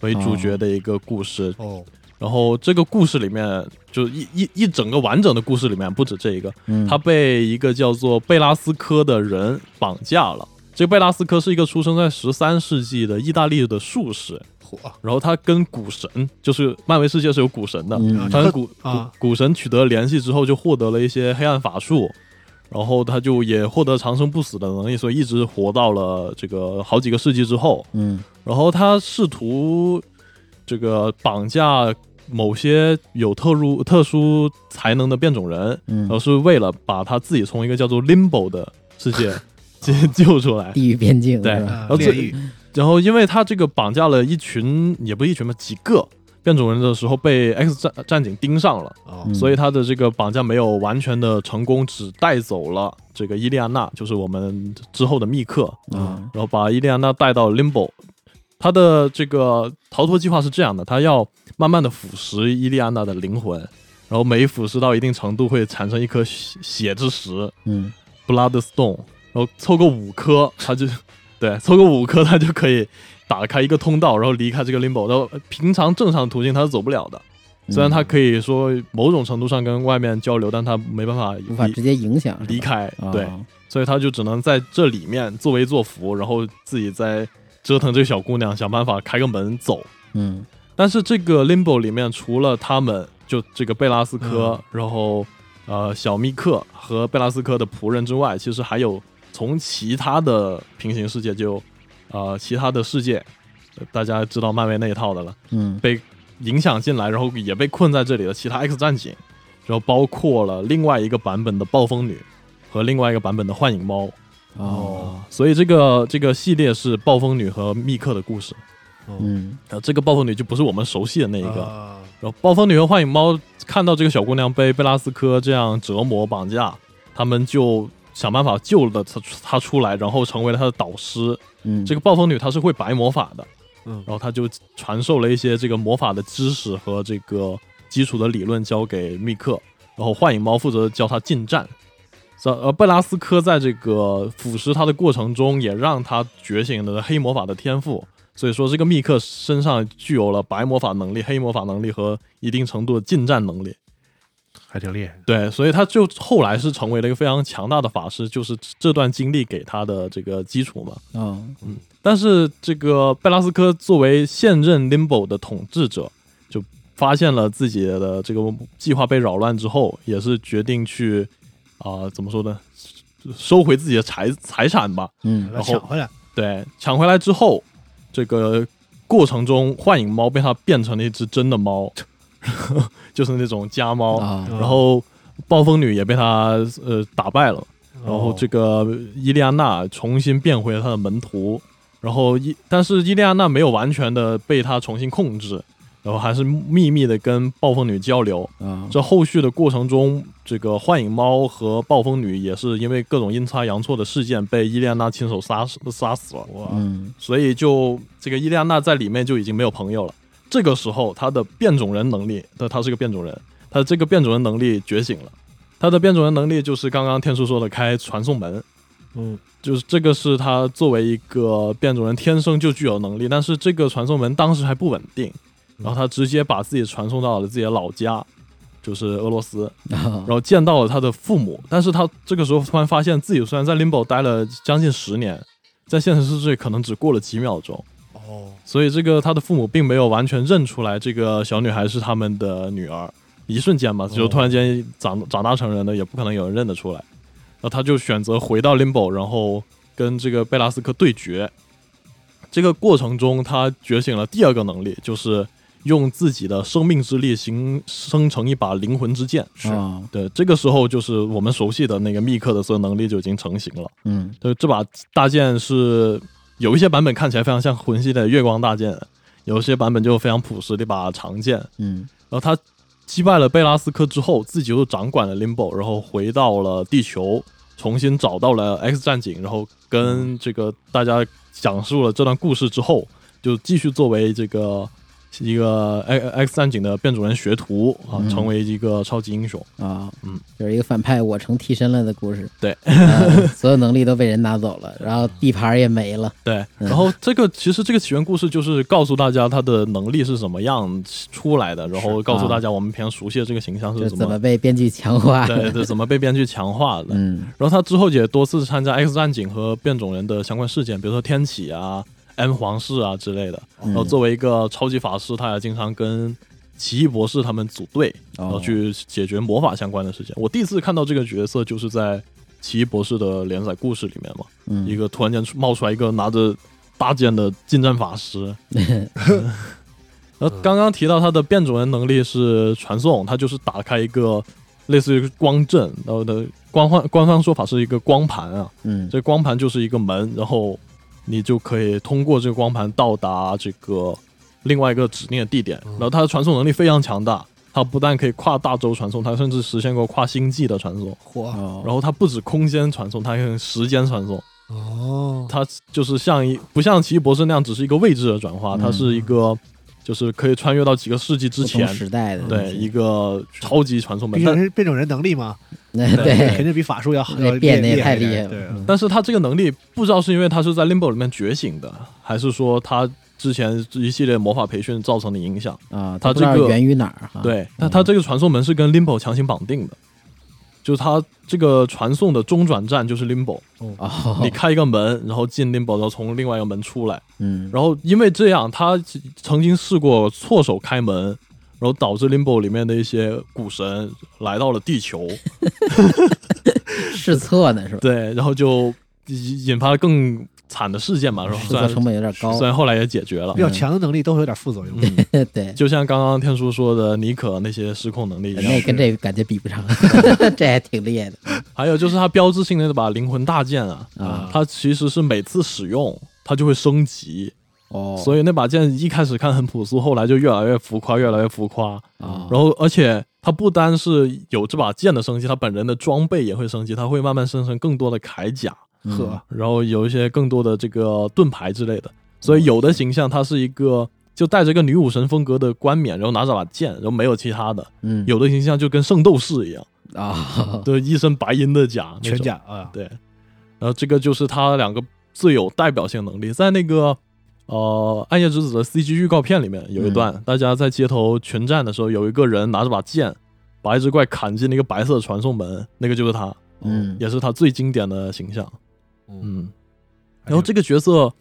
为主角的一个故事，哦，然后这个故事里面就一一一整个完整的故事里面不止这一个，嗯，他被一个叫做贝拉斯科的人绑架了。这个贝拉斯科是一个出生在十三世纪的意大利的术士，火然后他跟股神，就是漫威世界是有股神的，嗯他跟股啊股神取得联系之后，就获得了一些黑暗法术，然后他就也获得长生不死的能力，所以一直活到了这个好几个世纪之后。嗯然后他试图这个绑架某些有特殊特殊才能的变种人，嗯然后，是为了把他自己从一个叫做 Limbo 的世 界哦解 救出来。地狱边境，对是吧啊后，炼最嗯狱然后因为他这个绑架了一群，也不是一群吧，几个变种人的时候，被 X 战战警盯上了。哦嗯所以他的这个绑架没有完全的成功，只带走了这个伊利安娜，就是我们之后的密克，啊，然后把伊利安娜带到 Limbo。他的这个逃脱计划是这样的，他要慢慢的腐蚀伊利安娜的灵魂，然后每腐蚀到一定程度会产生一颗血血之石嗯 （Bloodstone），然后凑够五颗，他就对凑够五颗，他就可以打开一个通道，然后离开这个 Limbo。然后平常正常途径他是走不了的，嗯虽然他可以说某种程度上跟外面交流，但他没办法无法离直接影响，离开，是吧，对，啊所以他就只能在这里面作威作福，然后自己再折腾这个小姑娘，想办法开个门走。嗯但是这个 Limbo 里面除了他们，就这个贝拉斯嗯科，然后呃小密克和贝拉斯科的仆人之外，其实还有从其他的平行世界就呃其他的世界，呃大家知道漫威那一套的了。嗯影响进来，然后也被困在这里的其他 X 战警，然后包括了另外一个版本的暴风女和另外一个版本的幻影猫。哦所以这个这个系列是暴风女和密克的故事。嗯呃，这个暴风女就不是我们熟悉的那一个。啊然后暴风女和幻影猫看到这个小姑娘被贝拉斯科这样折磨绑架，他们就想办法救了她她出来，然后成为了她的导师。嗯，这个暴风女她是会白魔法的，嗯然后她就传授了一些这个魔法的知识和这个基础的理论交给密克，然后幻影猫负责教她近战。这呃，贝拉斯科在这个腐蚀她的过程中，也让她觉醒了黑魔法的天赋。所以说，这个密克身上具有了白魔法能力、黑魔法能力和一定程度的近战能力。还挺厉害的。对，所以他就后来是成为了一个非常强大的法师，就是这段经历给他的这个基础嘛。哦，但是这个贝拉斯科作为现任 Limbo 的统治者，就发现了自己的这个计划被扰乱之后，也是决定去啊、怎么说呢，收回自己的财财产吧。嗯，把它抢回来，对，抢回来之后，这个过程中幻影猫被他变成了一只真的猫， 就是那种家猫。啊，然后暴风女也被他呃打败了。然然后这个伊利安娜重新变回了她的门徒，然后伊但是伊利安娜没有完全的被她重新控制，然后还是秘密的跟暴风女交流。啊，这后续的过程中，这个幻影猫和暴风女也是因为各种阴差阳错的事件被伊利安娜亲手杀死杀死了，嗯，所以就这个伊利安娜在里面就已经没有朋友了。这个时候，她的变种人能力，她她是个变种人，她这个变种人能力觉醒了。她的变种人能力就是刚刚天叔说的开传送门，嗯，就是这个是他作为一个变种人天生就具有能力，但是这个传送门当时还不稳定，然后他直接把自己传送到了自己的老家，就是俄罗斯，然然后见到了他的父母，但是他这个时候突然发现自己虽然在 Limbo 待了将近十年，在现实世界可能只过了几秒钟，哦，所以这个他的父母并没有完全认出来这个小女孩是他们的女儿，一瞬间嘛，就突然间长长大成人了，也不可能有人认得出来。然后他就选择回到 Limbo，然后跟这个贝拉斯科对决。这个过程中，他觉醒了第二个能力，就是用自己的生命之力形生成一把灵魂之剑。是啊，对，这个时候就是我们熟悉的那个密克的所有能力就已经成型了。嗯，对，这把大剑是有一些版本看起来非常像魂系的月光大剑，有些版本就非常朴实的一把长剑。嗯，然后他击败了贝拉斯科之后，自己又掌管了 Limbo，然后回到了地球，重新找到了 X 战警，然后跟这个大家讲述了这段故事之后，就继续作为这个一个 X X 战警的变种人学徒啊，嗯成为一个超级英雄。啊，嗯，就是一个反派我成替身了的故事。对 呃所有能力都被人拿走了，然后地盘也没了。对，嗯然后这个其实这个起源故事就是告诉大家他的能力是什么样出来的，然后告诉大家我们平常熟悉的这个形象就是是怎怎么么被编剧强化的。 对对怎么被编剧强化的。 嗯然后他之后也多次参加 X 战警和变种人的相关事件，比如说天启啊、M 皇室啊之类的。嗯然后作为一个超级法师，他也经常跟奇异博士他们组队，然后哦去解决魔法相关的事情。我第一次看到这个角色就是在奇异博士的连载故事里面嘛。一嗯，个突然间出冒出来一个拿着大剑的近战法师。然后刚刚提到他的变种人能力是传送，他就是打开一个类似于光阵，然后的官方官方说法是一个光盘啊，嗯这光盘就是一个门，然后你就可以通过这个光盘到达这个另外一个指定的地点。然后它的传送能力非常强大，它不但可以跨大洲传送，它甚至实现过跨星际的传送。火然哦后它不止空间传送，它还可以时间传送。哦，它就是像一不像奇异博士那样只是一个位置的转化，嗯它是一个就是可以穿越到几个世纪之不同前，时代的对一个超级传送门毕。竟但是变种人能力 嘛，那肯 对定比法术要好，那要变得也厉太一厉害点了。对啊，嗯但是它这个能力不知道是因为它是在 Limbo 里面觉醒的，还是说它之前一系列魔法培训造成的影响？啊，他都不知道这个源于哪儿哈？对，那嗯它这个传送门是跟 Limbo 强行绑定的。就是它这个传送的中转站就是 Limbo，、哦，你开一个门，然后进 Limbo，然后从另外一个门出来，嗯，然后因为这样，他曾经试过错手开门，然后导致 Limbo 里面的一些古神来到了地球， 试错呢是吧？对，然后就引引发了更惨的事 件嘛，然后试虽错然成本有点高虽，然后来也解决了 比。较强的能力都会有点副作用。嗯，对，就像刚刚天叔说的，妮可那些失控能力一那样，跟这感觉比 不上， 这还挺厉害的还有就是他标志性的那把灵魂大剑啊，啊。它其实是每次使用它就会升级，哦，所以那把剑一开始看很朴素，后来就越来越浮夸，越来越浮夸。啊，然后，而且他不单是有这把剑的升级，他本人的装备也会升级，他会慢慢生成更多的铠甲，嗯呵，然后有一些更多的这个盾牌之类的。所以有的形象它是一个就带着一个女武神风格的冠冕，然后拿着把剑，然后没有其他的；嗯有的形象就跟圣斗士一样，啊，对，一身白银的甲，那全种。甲啊，对，然后这个就是他两个最有代表性能力，在那个呃《暗夜之子》的 CG 预告片里面有一段，大家在街头群战的时候，有一个人拿着把剑，把一只怪砍进了一个白色的传送门，那个就是他，嗯也是他最经典的形象。嗯，嗯，然后这个角色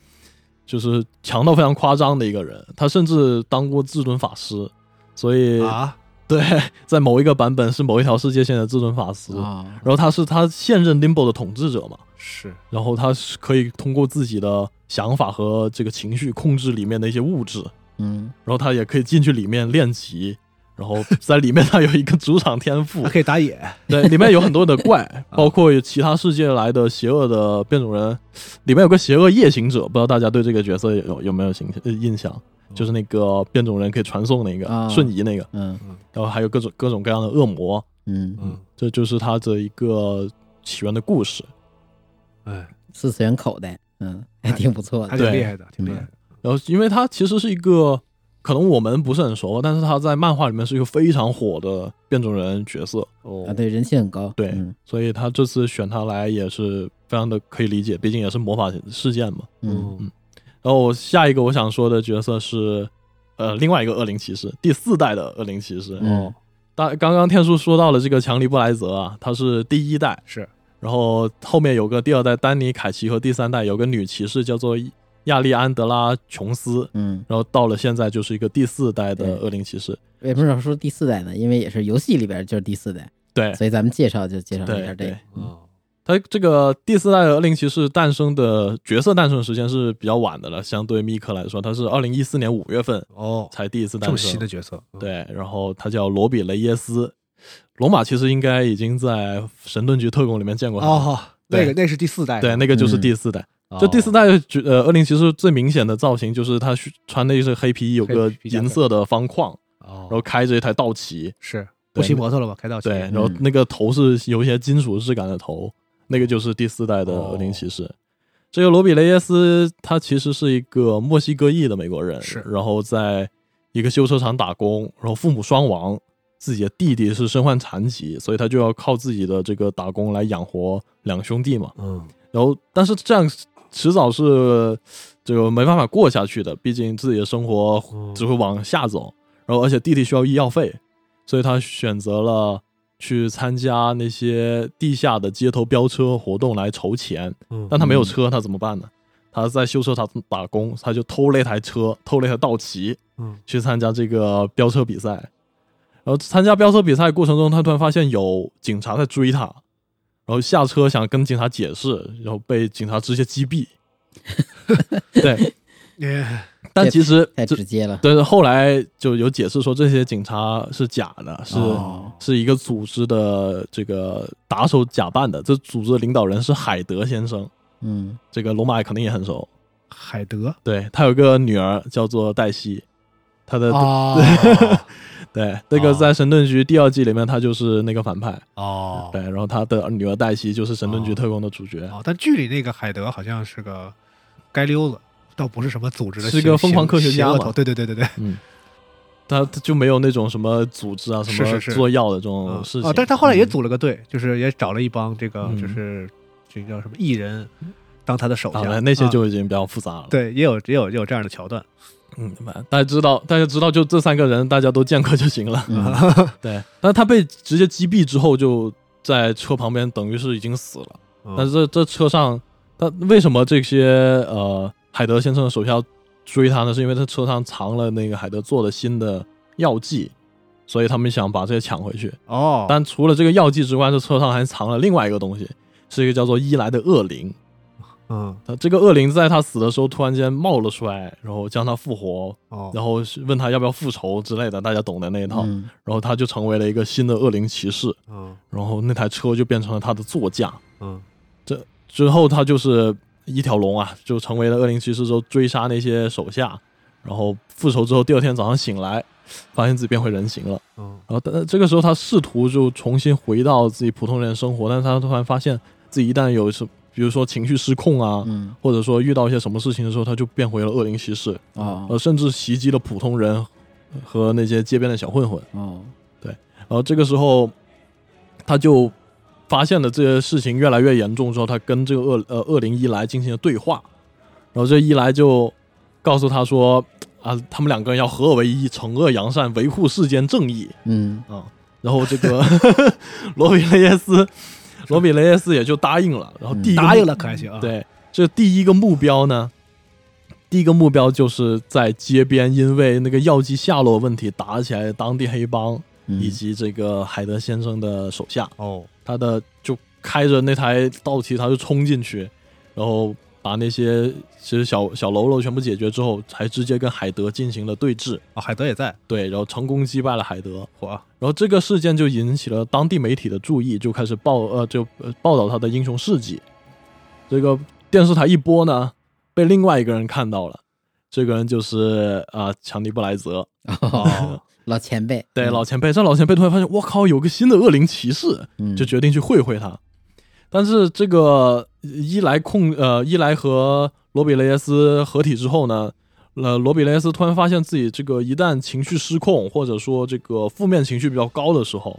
就是强到非常夸张的一个人，他甚至当过至尊法师，所以、啊对，在某一个版本是某一条世界线的至尊法师。啊，然后他是他现任 Limbo 的统治者嘛，是然后他是可以通过自己的想法和这个情绪控制里面的一些物质，嗯然后他也可以进去里面练级，然后在里面他有一个主场天赋他，可以打野，对，里面有很多的怪，包括有其他世界来的邪恶的变种人，里面有个邪恶夜行者，不知道大家对这个角色有有没有形呃印象？就是那个变种人可以传送那个、啊瞬移那个，嗯然后还有各种各种各样的恶魔，嗯，嗯，这就是他的一个起源的故事。嗯哎，四次元口袋，嗯，还挺不错还的。挺对厉害的，挺厉害的，然后，因为他其实是一个可能我们不是很熟，但是他在漫画里面是一个非常火的变种人角色，哦啊，对，人气很高。对嗯所以他这次选他来也是非常的可以理解，毕竟也是魔法事件嘛。嗯嗯然后我下一个我想说的角色是，呃，另外一个恶灵骑士，第四代的恶灵骑士。嗯大刚刚天叔说到了这个强尼布莱泽啊，他是第一代，是然后后面有个第二代丹尼凯奇和第三代有个女骑士叫做亚历安德拉琼斯，嗯，然后到了现在就是一个第四代对的恶灵骑士。为什么要说第四代呢？因为也是游戏里边就是第四代，对所以咱们介绍就介绍一对下这对个。，哦他这个第四代的恶灵骑士诞生的角色诞生的时间是比较晚的了，相对密克来说，他是二零一四年五月份哦，才第一次这诞么生新。的角色，嗯，对，然后他叫罗比雷耶斯。罗马其实应该已经在《神盾局特工》里面见过他，哦，那对个那是第四代对，的，嗯哦那个就是第四代。就第四代的角，呃，恶灵骑士最明显的造型就是他是穿的一身黑皮，有个黑皮皮夹克银色的方框，哦，然哦后开着一台道奇，是对不骑摩托了吧？开道奇，对，然后那个头是有一些金属质感的头，那个就是第四代的恶灵骑士。这个罗比雷耶斯他其实是一个墨西哥裔的美国人，是然后在一个修车厂打工，然后父母双亡，自己的弟弟是身患残疾，所以他就要靠自己的这个打工来养活两兄弟嘛。嗯，然后，但是这样迟早是这个没办法过下去的，毕竟自己的生活嗯只会往下走。然后，而且弟弟需要医药费，所以他选择了去参加那些地下的街头飙车活动来筹钱。嗯但他没有车，他怎么办呢？他在修车厂打工，他就偷了一台车，偷了一台道奇嗯去参加这个飙车比赛。然后参加飙车比赛过程中，他突然发现有警察在追他，然后下车想跟警察解释，然后被警察直接击毙。对，哎但其实太这直接了。但是后来就有解释说，这些警察是假的，是、哦是一个组织的这个打手假扮的。这组织的领导人是海德先生，嗯这个龙马肯定也很熟。海德对他有个女儿叫做黛西，他的、哦 对那个哦在《神盾局》第二季里面，他就是那个反派。哦 对，然后他的女儿黛西就是《神盾局哦特工》的主角，哦，但剧里那个海德好像是个街溜子，倒不是什么组织的是邪，个疯狂科学邪家恶嘛头对对对对对，嗯，他他就没有那种什么组织啊、什是么是是做药的这嗯种事情。哦，但是他后来也嗯组了个队，就是也找了一帮这个嗯就是这个叫什么艺人当他的手当下，然那些啊就已经比较复杂了。对，也有也有也有这样的桥段，嗯，大家知道，大家知道，就这三个人大家都见过就行了。嗯， 对，但是他被直接击毙之后，就在车旁边，等于是已经死了。但是是这这车上，他为什么这些呃海德先生的手下追他呢？是因为他车上藏了那个海德做的新的药剂，所以他们想把这些抢回去。哦，但除了这个药剂之外，这车上还藏了另外一个东西，是一个叫做伊莱的恶灵。嗯他这个恶灵在他死的时候突然间冒了出来，然后将他复活，哦，然后是问他要不要复仇之类的，大家懂的那一套。嗯然后他就成为了一个新的恶灵骑士，嗯然后那台车就变成了他的座驾。嗯之后他就是一条龙啊，就成为了恶灵骑士之后追杀那些手下，然后复仇之后，第二天早上醒来，发现自己变回人形了。嗯然后但呃这个时候他试图就重新回到自己普通人的生活，但是他突然发现自己一旦有什，比如说情绪失控啊。嗯或者说遇到一些什么事情的时候，他就变回了恶灵骑士，呃，哦甚至袭击了普通人和那些街边的小混混。哦然后这个时候，他就发现了这些事情越来越严重之后，他跟这个恶呃恶灵伊莱进行了对话，然后这伊莱就告诉他说啊，他们两个人要合而为一，惩恶扬善，维护世间正义嗯啊。然后这个 罗比雷耶斯，罗比雷耶斯也就答应了。然后第一个目答应了可还行啊？，对，这第一个目标呢，第一个目标就是在街边因为那个药剂下落问题打起来的当地黑帮嗯以及这个海德先生的手下，哦，他的就开着那台道奇，他就冲进去，然后把那些其实小小喽啰全部解决之后，还直接跟海德进行了对峙，啊，海德也在，对，然后成功击败了海德。火啊然后这个事件就引起了当地媒体的注意，就开始报呃就呃报道他的英雄事迹。这个电视台一播呢，被另外一个人看到了，这个人就是啊、强尼布莱泽。哦，老前辈，对，老前辈，这老前辈突然发现，我靠，有个新的恶灵骑士，嗯就决定去会会他。但是这个伊莱控呃伊莱和罗比雷耶斯合体之后呢，呃罗比雷耶斯突然发现自己这个一旦情绪失控或者说这个负面情绪比较高的时候，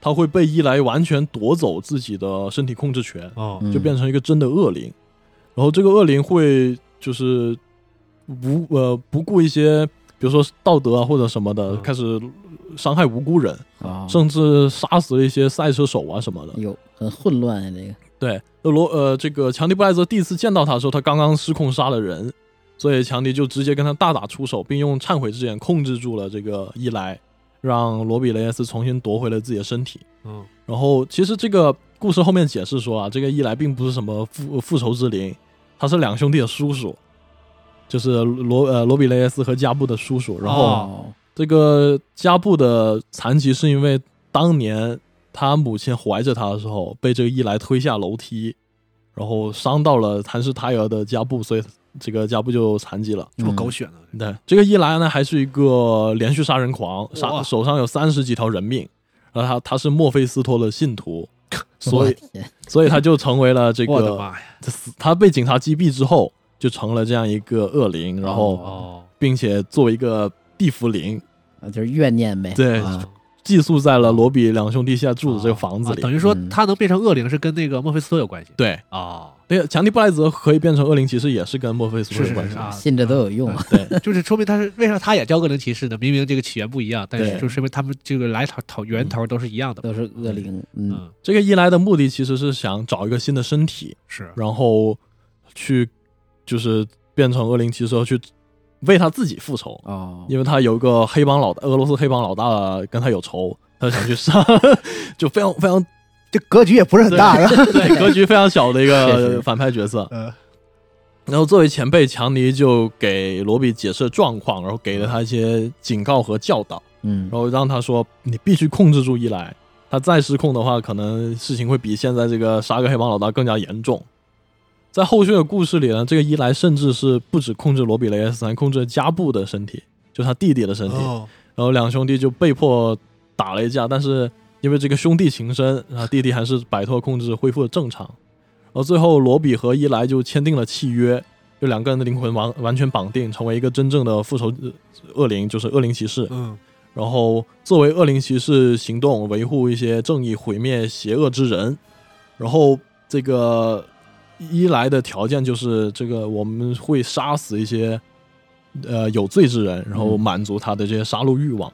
他会被伊莱完全夺走自己的身体控制权， 哦，嗯就变成一个真的恶灵。然后这个恶灵会就是无呃不顾一些比如说道德啊或者什么的，嗯开始伤害无辜人，哦甚至杀死了一些赛车手啊什么的。有很混乱啊，这个对，罗呃，这个强尼布莱泽第一次见到他的时候，他刚刚失控杀了人，所以强尼就直接跟他大打出手，并用忏悔之眼控制住了这个伊莱，让罗比雷耶斯重新夺回了自己的身体。嗯，然后，其实这个故事后面解释说啊，这个伊莱并不是什么复呃复仇之灵，他是两兄弟的叔叔，就是罗呃罗比雷耶斯和加布的叔叔。然后哦这个加布的残疾是因为当年他母亲怀着他的时候，被这个伊莱推下楼梯，然后伤到了谭氏胎儿的加布，所以这个加布就残疾了。这嗯么狗血呢？对，这个伊莱呢还是一个连续杀人狂，杀哇手上有三十几条人命，然后他他是墨菲斯托的信徒，所以我天所以他就成为了这我的个妈呀！死他被警察击毙之后就成了这样一个恶灵，然后哦，并且作为一个地缚灵，啊就是怨念呗，对啊寄宿在了罗比两兄弟现在住的这个房子啊里。等于说嗯他能变成恶灵是跟那个墨菲斯托有关系对，哦，对，强尼布莱泽可以变成恶灵骑士，也是跟墨菲斯是托有是关是系。啊，信这都有用啊，对，就是说明他是为啥他也叫恶灵骑士呢？明明这个起源不一样，但是对就说明他们这个来头头源头都是一样的嘛。都是恶灵，嗯，嗯，这个伊莱的目的其实是想找一个新的身体，是然后去就是变成恶灵骑士，去为他自己复仇，哦，因为他有一个黑帮老大，俄罗斯黑帮老大跟他有仇，他想去杀，就非常非常这格局也不是很大，是吧？对格局非常小的一确实个反派角色。呃，然后作为前辈，强尼就给罗比解释状况，然后给了他一些警告和教导，嗯然，后让他说你必须控制住伊莱，他再失控的话，可能事情会比现在这个杀个黑帮老大更加严重。在后续的故事里呢，这个伊莱甚至是不止控制罗比雷耶斯，还控制了加布的身体，就是他弟弟的身体。哦，然后两兄弟就被迫打了一架，但是因为这个兄弟情深，然后弟弟还是摆脱控制，恢复了正常。然后最后罗比和伊莱就签订了契约，就两个人的灵魂完完全绑定，成为一个真正的复仇呃恶灵，就是恶灵骑士。嗯，然后作为恶灵骑士行动，维护一些正义，毁灭邪恶之人。然后这个伊莱的条件就是，这个我们会杀死一些呃有罪之人，然后嗯满足他的这些杀戮欲望。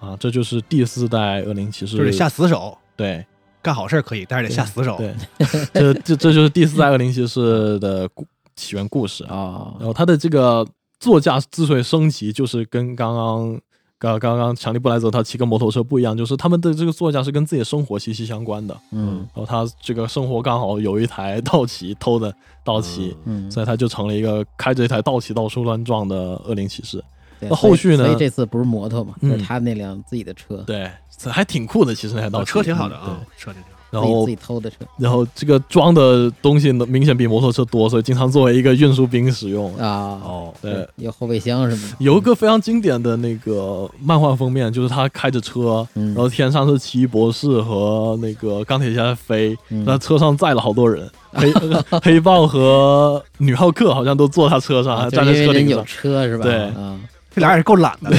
啊，这就是第四代恶灵骑士，就是下死手，对干好事儿可以，但是得下死手。对， 这这这就是第四代恶灵骑士的故起源故事啊。然哦，后它的这个座驾之所以升级，就是跟刚刚刚刚刚强尼布莱泽他骑个摩托车不一样，就是他们的这个座驾是跟自己的生活息息相关的。嗯然后他这个生活刚好有一台道奇偷的道奇，嗯，所以他就成了一个开着一台道奇到处乱撞的恶灵骑士。对那所以后续呢所以这次不是摩托嘛，嗯就是他那辆自己的车，对，还挺酷的，其实那台道哦奇车挺好的嗯啊，车挺好。对然自己后自己偷的车然后这个装的东西呢，明显比摩托车多，所以经常作为一个运输兵使用。啊，哦，对，有后备箱什么的，有一个非常经典的那个漫画封面，就是他开着车，嗯然后天上是奇异博士和那个钢铁侠在飞，嗯那车上载了好多人，黑 黑豹和女浩克好像都坐他车上，还啊站就在是因车为人顶有上。车是吧？对啊，这俩人也够懒的。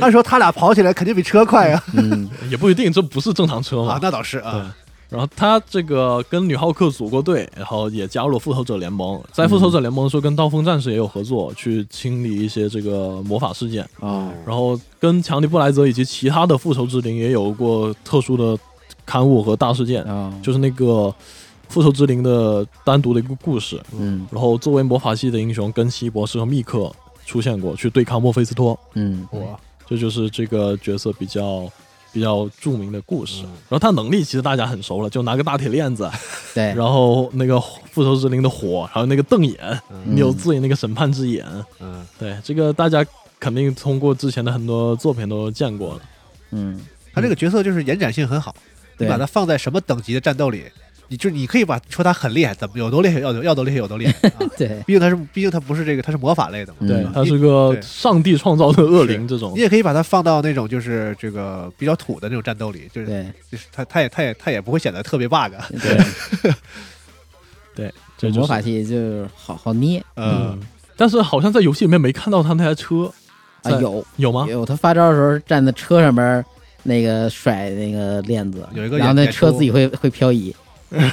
按说他俩跑起来肯定比车快啊。嗯，也不一定，这不是正常车嘛？啊，那倒是啊。然后他这个跟女浩克组过队，然后也加入了复仇者联盟。在复仇者联盟的时候，跟刀锋战士也有合作，去清理一些这个魔法事件。哦，然后跟强尼布莱泽以及其他的复仇之灵也有过特殊的刊物和大事件，啊哦，就是那个复仇之灵的单独的一个故事。嗯然后作为魔法系的英雄，跟奇异博士和密克出现过，去对抗墨菲斯托。嗯，我这就是这个角色比较比较著名的故嗯事。然后他能力其实大家很熟了，就拿个大铁链子，哎对，然后那个复仇之灵的火，还有那个瞪眼，嗯你有自己那个审判之眼。嗯，对，这个大家肯定通过之前的很多作品都见过了。嗯，他这个角色就是延展性很好，你对把他放在什么等级的战斗里，你就你可以把说他很厉害，怎么有多厉害，要多要多厉害有多厉害。 啊对，毕竟他是，毕竟他不是这个，他是魔法类的嘛。嗯对，他你是个对上帝创造的恶灵这种你。也可以把他放到那种就是这个比较土的那种战斗里，就是对，就是他他也他也他也不会显得特别 bug。对，对，这这就是魔法系就是好好捏呃嗯，，但是好像在游戏里面没看到他那台车，啊，在有有吗？有，他发招的时候站在车上边，那个甩那个链子，有一个然后那演车出自己会会漂 移，嗯，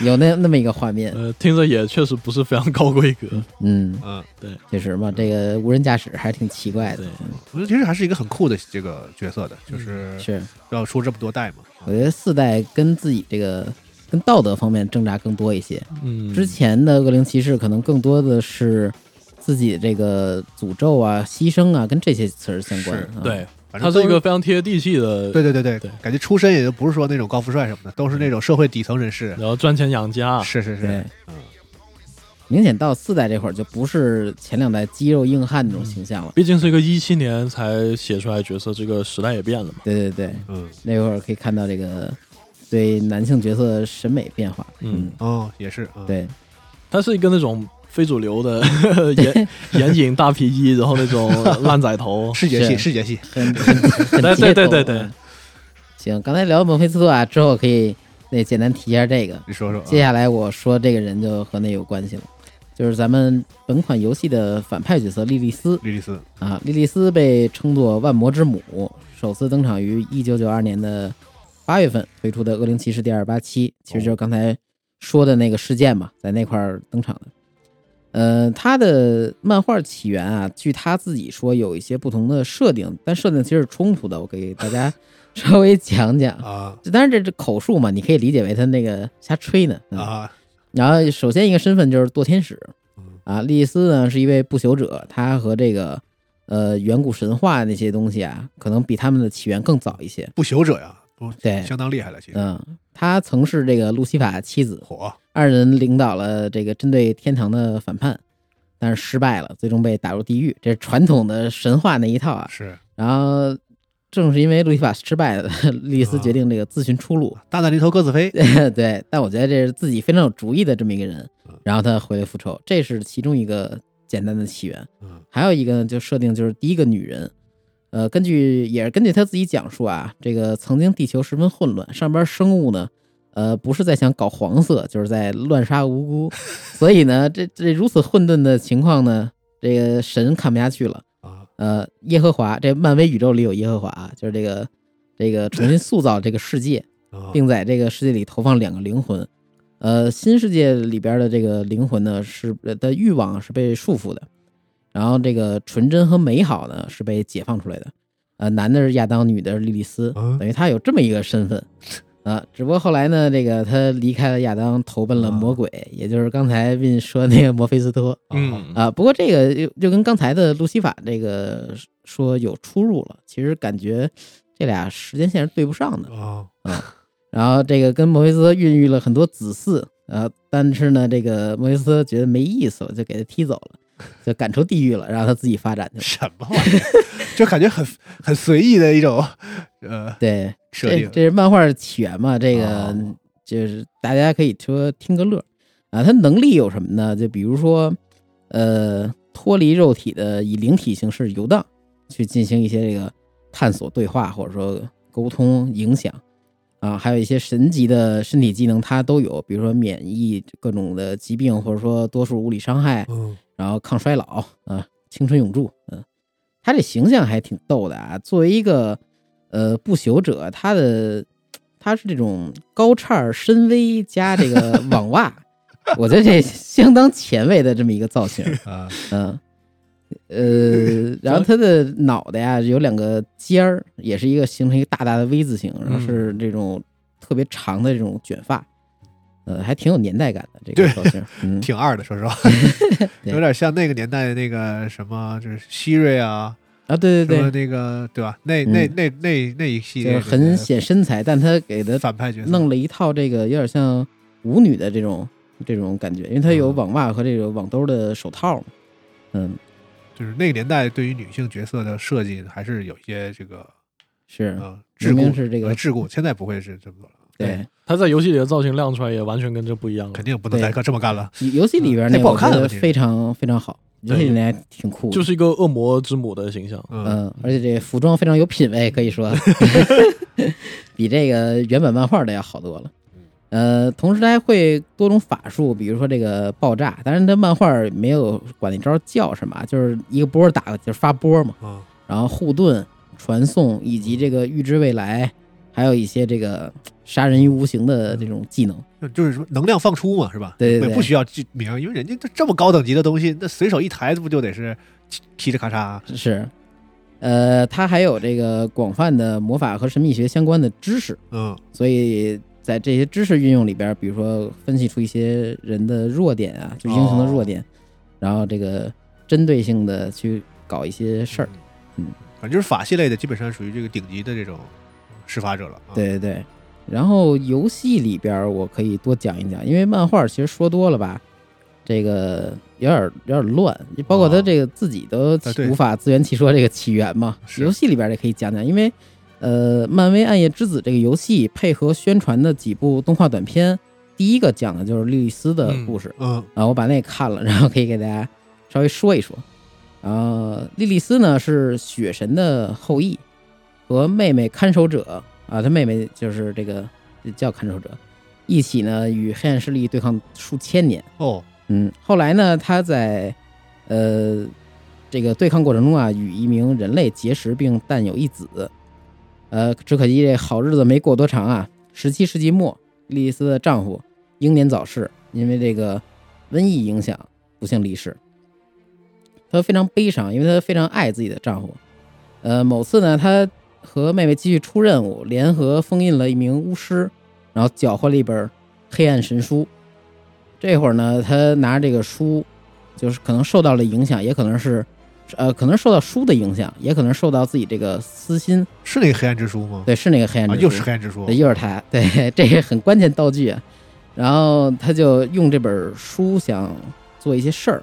有那那么一个画面，呃，听着也确实不是非常高规格。嗯，嗯，确实嘛，这个无人驾驶还挺奇怪的对，我觉得其实还是一个很酷的这个角色的，嗯就是是，要出这么多代嘛。啊我觉得四代跟自己这个跟道德方面挣扎更多一些，嗯，之前的恶灵骑士可能更多的是自己这个诅咒啊、牺牲啊，跟这些词儿相关是啊。对，反它正是都一个非常贴地气的，对对对对对感觉出身也就不是说那种高富帅什么的，都是那种社会底层人士。然后赚钱养家，是是对是，嗯，明显到四代这会儿就不是前两代肌肉硬汉那种形象了。毕竟是一个一七年才写出来的角色，这个时代也变了嘛。对对对，嗯，那会儿可以看到这个对男性角色的审美变化。嗯，哦，也是，嗯，，对，它是一个那种非主 流的眼眼影大皮衣，然后那种烂仔头哦视觉系 是视觉系， 很很很对对对街对头啊对。行，刚才聊墨菲斯托啊，之后可以那简单提一下这个。你说说，啊接下来我说这个人就和那有关系了，就是咱们本款游戏的反派角色莉莉丝。莉莉丝，啊，莉莉丝被称作万魔之母，首次登场于一九九二年的八月份推出的《恶灵骑士》第二十八期，其实就是刚才说的那个事件嘛，在那块儿登场的。呃，他的漫画起源啊，据他自己说有一些不同的设定，但设定其实是冲突的，我给大家 稍微讲讲。啊当然，这是口述嘛，你可以理解为他那个瞎吹呢。嗯啊，然后首先一个身份就是堕天使嗯，啊，莉莉丝呢是一位不朽者，她和这个呃远古神话那些东西啊，可能比他们的起源更早一些。不朽者呀，不对，相当厉害了，其实嗯，她曾是这个路西法妻子，火，二人领导了这个针对天堂的反叛，但是失败了，最终被打入地狱。这是传统的神话那一套啊。是然后正是因为路西法失败了， 莉莉丝决定这个自寻出路，大难临头各自飞， 对，但我觉得这是自己非常有主意的这么一个人，然后他回来复仇，这是其中一个简单的起源。嗯还有一个呢，就设定就是第一个女人，呃，根据也是根据他自己讲述啊，这个曾经地球十分混乱，上边生物呢，呃，不是在想搞黄色，就是在乱杀无辜，所以呢，这这如此混沌的情况呢，这个神看不下去了，啊，呃，耶和华这漫威宇宙里有耶和华啊，就是这个这个重新塑造这个世界。啊并在这个世界里投放两个灵魂。呃，新世界里边的这个灵魂呢，是呃的欲望是被束缚的，然后这个纯真和美好呢是被解放出来的。呃，男的是亚当，女的是莉莉丝，嗯等于他有这么一个身份啊、只不过后来呢，这个他离开了亚当，投奔了魔鬼，也就是刚才 Win 说那个墨菲斯托。嗯啊，不过这个又就跟刚才的路西法这个说有出入了，其实感觉这俩时间线是对不上的。啊，然后这个跟墨菲斯托孕育了很多子嗣，呃，但是呢，这个墨菲斯托觉得没意思了，就给他踢走了，就赶出地狱了，让他自己发展去了。什么玩意儿， 就感觉很很随意的一种呃对，设这定，这是漫画起源嘛，这个哦就是大家可以说听个乐儿啊。他能力有什么呢？就比如说，呃，脱离肉体的以灵体形式游荡，去进行一些这个探索、对话或者说沟通、影响啊，还有一些神级的身体技能他都有，比如说免疫各种的疾病，或者说多数物理伤害，嗯然后抗衰老啊，青春永驻。嗯，他这形象还挺逗的啊。作为一个呃不朽者，他的它是这种高叉儿深 V 加这个网袜，我觉得这相当前卫的这么一个造型。啊，嗯，呃，然后它的脑袋呀有两个尖儿，也是一个形成一个大大的 V 字形，然后是这种特别长的这种卷发，呃，还挺有年代感的这个对造型。 嗯，挺二的，说实话， 对有点像那个年代的那个什么，就是希瑞啊，啊，对什么对那个对吧？那那嗯那那那一系对，就列是的很显身材，但他给的反派角色，弄了一套这个有点像舞女的这种这种感觉，因为它有嗯网袜和这个网兜的手套嘛。嗯，就是那个年代对于女性角色的设计还是有一些这个是，呃桎嗯明明梏，是这呃个桎梏，现在不会是这么做了，对他在游戏里的造型亮出来也完全跟这不一样了肯，定不能嗯对再这么干了。游戏里边太那不好我看觉了得这个非常非常好，游戏里面还挺酷的，就是一个恶魔之母的形象。嗯，嗯，而且这服装非常有品位，可以说比这个原版漫画的要好多了。呃，同时它还会多种法术，比如说这个爆炸，当然它漫画没有管那招叫什么啊，就是一个波儿打就是发波嘛，啊，然后护盾、传送以及这个预知未来，还有一些这个杀人于无形的这种技能。就就是说能量放出嘛，是吧？对对也对不需要记名，因为人家这这么高等级的东西，那随手一抬，不就得是嘁嘁哧咔嚓？是，呃，它还有这个广泛的魔法和神秘学相关的知识，嗯所以在这些知识运用里边，比如说分析出一些人的弱点啊，就英雄的弱点，然后这个针对性的去搞一些事儿。，嗯，反正就是法系类的，基本上属于这个顶级的这种施法者了。啊，对对对。然后游戏里边我可以多讲一讲，因为漫画其实说多了吧，这个有点有点乱，包括他这个自己都啊对无法自圆其说这个起源嘛。是游戏里边也可以讲讲，因为呃，漫威《暗夜之子》这个游戏配合宣传的几部动画短片，第一个讲的就是莉莉丝的故事。嗯啊，我把那看了，然后可以给大家稍微说一说。啊，莉莉丝呢是雪神的后裔，和妹妹看守者啊，她妹妹就是这个叫看守者，一起呢与黑暗势力对抗数千年。哦，嗯，后来呢，她在呃这个对抗过程中啊，与一名人类结识并诞有一子。呃，只可惜这好日子没过多长啊，十七世纪末，莉莉丝的丈夫英年早逝，因为这个瘟疫影响不幸离世。她非常悲伤，因为她非常爱自己的丈夫。呃，某次呢，她和妹妹继续出任务，联合封印了一名巫师，然后缴获了一本黑暗神书。这会儿呢，她拿着这个书，就是可能受到了影响，也可能是，呃，可能受到书的影响，也可能受到自己这个私心。是那个黑暗之书吗？对，是那个黑暗啊，之书，又是黑暗之书对，。又是他，对，这个很关键道具啊。然后他就用这本书想做一些事儿，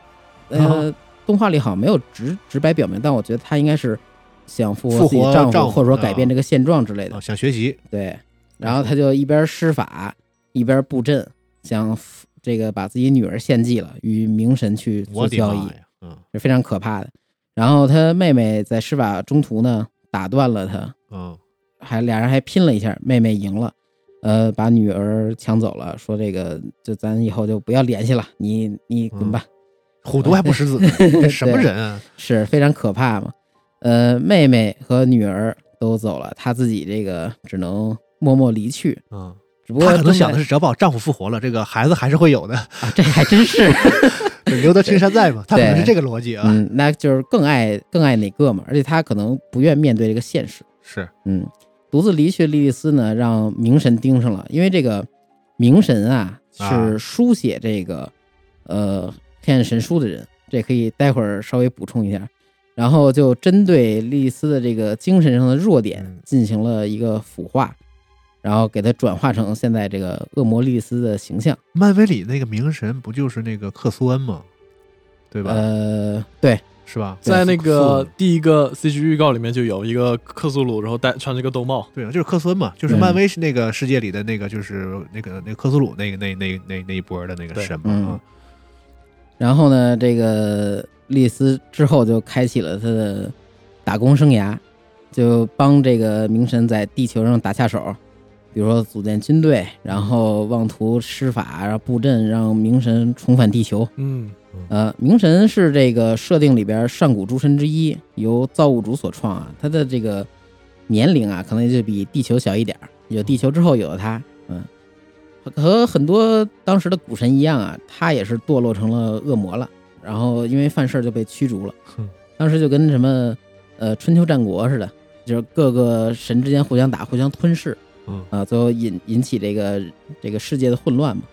呃，动画里好像没有直直白表明，但我觉得他应该是想复活复自己活丈丈夫，夫或者说改变啊这个现状之类的啊，。想学习，对，然后他就一边施法，一边布阵，想 f- 这个把自己女儿献祭了，与冥神去做我的交易妈。呀！嗯是非常可怕的。然后他妹妹在施法中途呢，打断了他，嗯，还俩人还拼了一下，妹妹赢了，呃，把女儿抢走了，说这个就咱以后就不要联系了，你你滚吧，嗯虎毒还不食子 呢，这什么人啊？是非常可怕嘛。呃，妹妹和女儿都走了，她自己这个只能默默离去。嗯，只不过她可能中想的间是，只要把我丈夫复活了，这个孩子还是会有的，啊，这还真是，留得青山在嘛。她可能是对这个逻辑啊。嗯，那就是更爱更爱哪个嘛，而且她可能不愿面对这个现实。是，嗯，独自离去的莉莉丝呢，让冥神盯上了，因为这个冥神啊啊是书写这个、呃黑暗神书的人，这可以待会儿稍微补充一下。然后就针对莉莉丝的这个精神上的弱点嗯进行了一个腐化，然后给它转化成现在这个恶魔莉莉丝的形象。漫威里那个冥神不就是那个克苏恩吗？对吧？呃，对，是吧？在那克苏个恩第一个 CG 预告里面就有一个克苏鲁，然后戴穿着一个兜帽，对啊，就是克苏恩嘛，就是嗯漫威是那个世界里的那个，就是那个那个克苏鲁那个那那那那一波的那个对神嘛。嗯啊，然后呢，这个莉莉丝之后就开启了她的打工生涯，就帮这个冥神在地球上打下手，比如说组建军队，然后妄图施法，然后布阵，让冥神重返地球。嗯，呃，冥神是这个设定里边上古诸神之一，由造物主所创啊。他的这个年龄啊，可能就比地球小一点儿，有地球之后有了他，嗯，和很多当时的古神一样啊，他也是堕落成了恶魔了，然后因为犯事儿就被驱逐了嗯。当时就跟什么呃春秋战国似的，就是各个神之间互相打、互相吞噬，嗯啊，最后引引起这个这个世界的混乱嘛，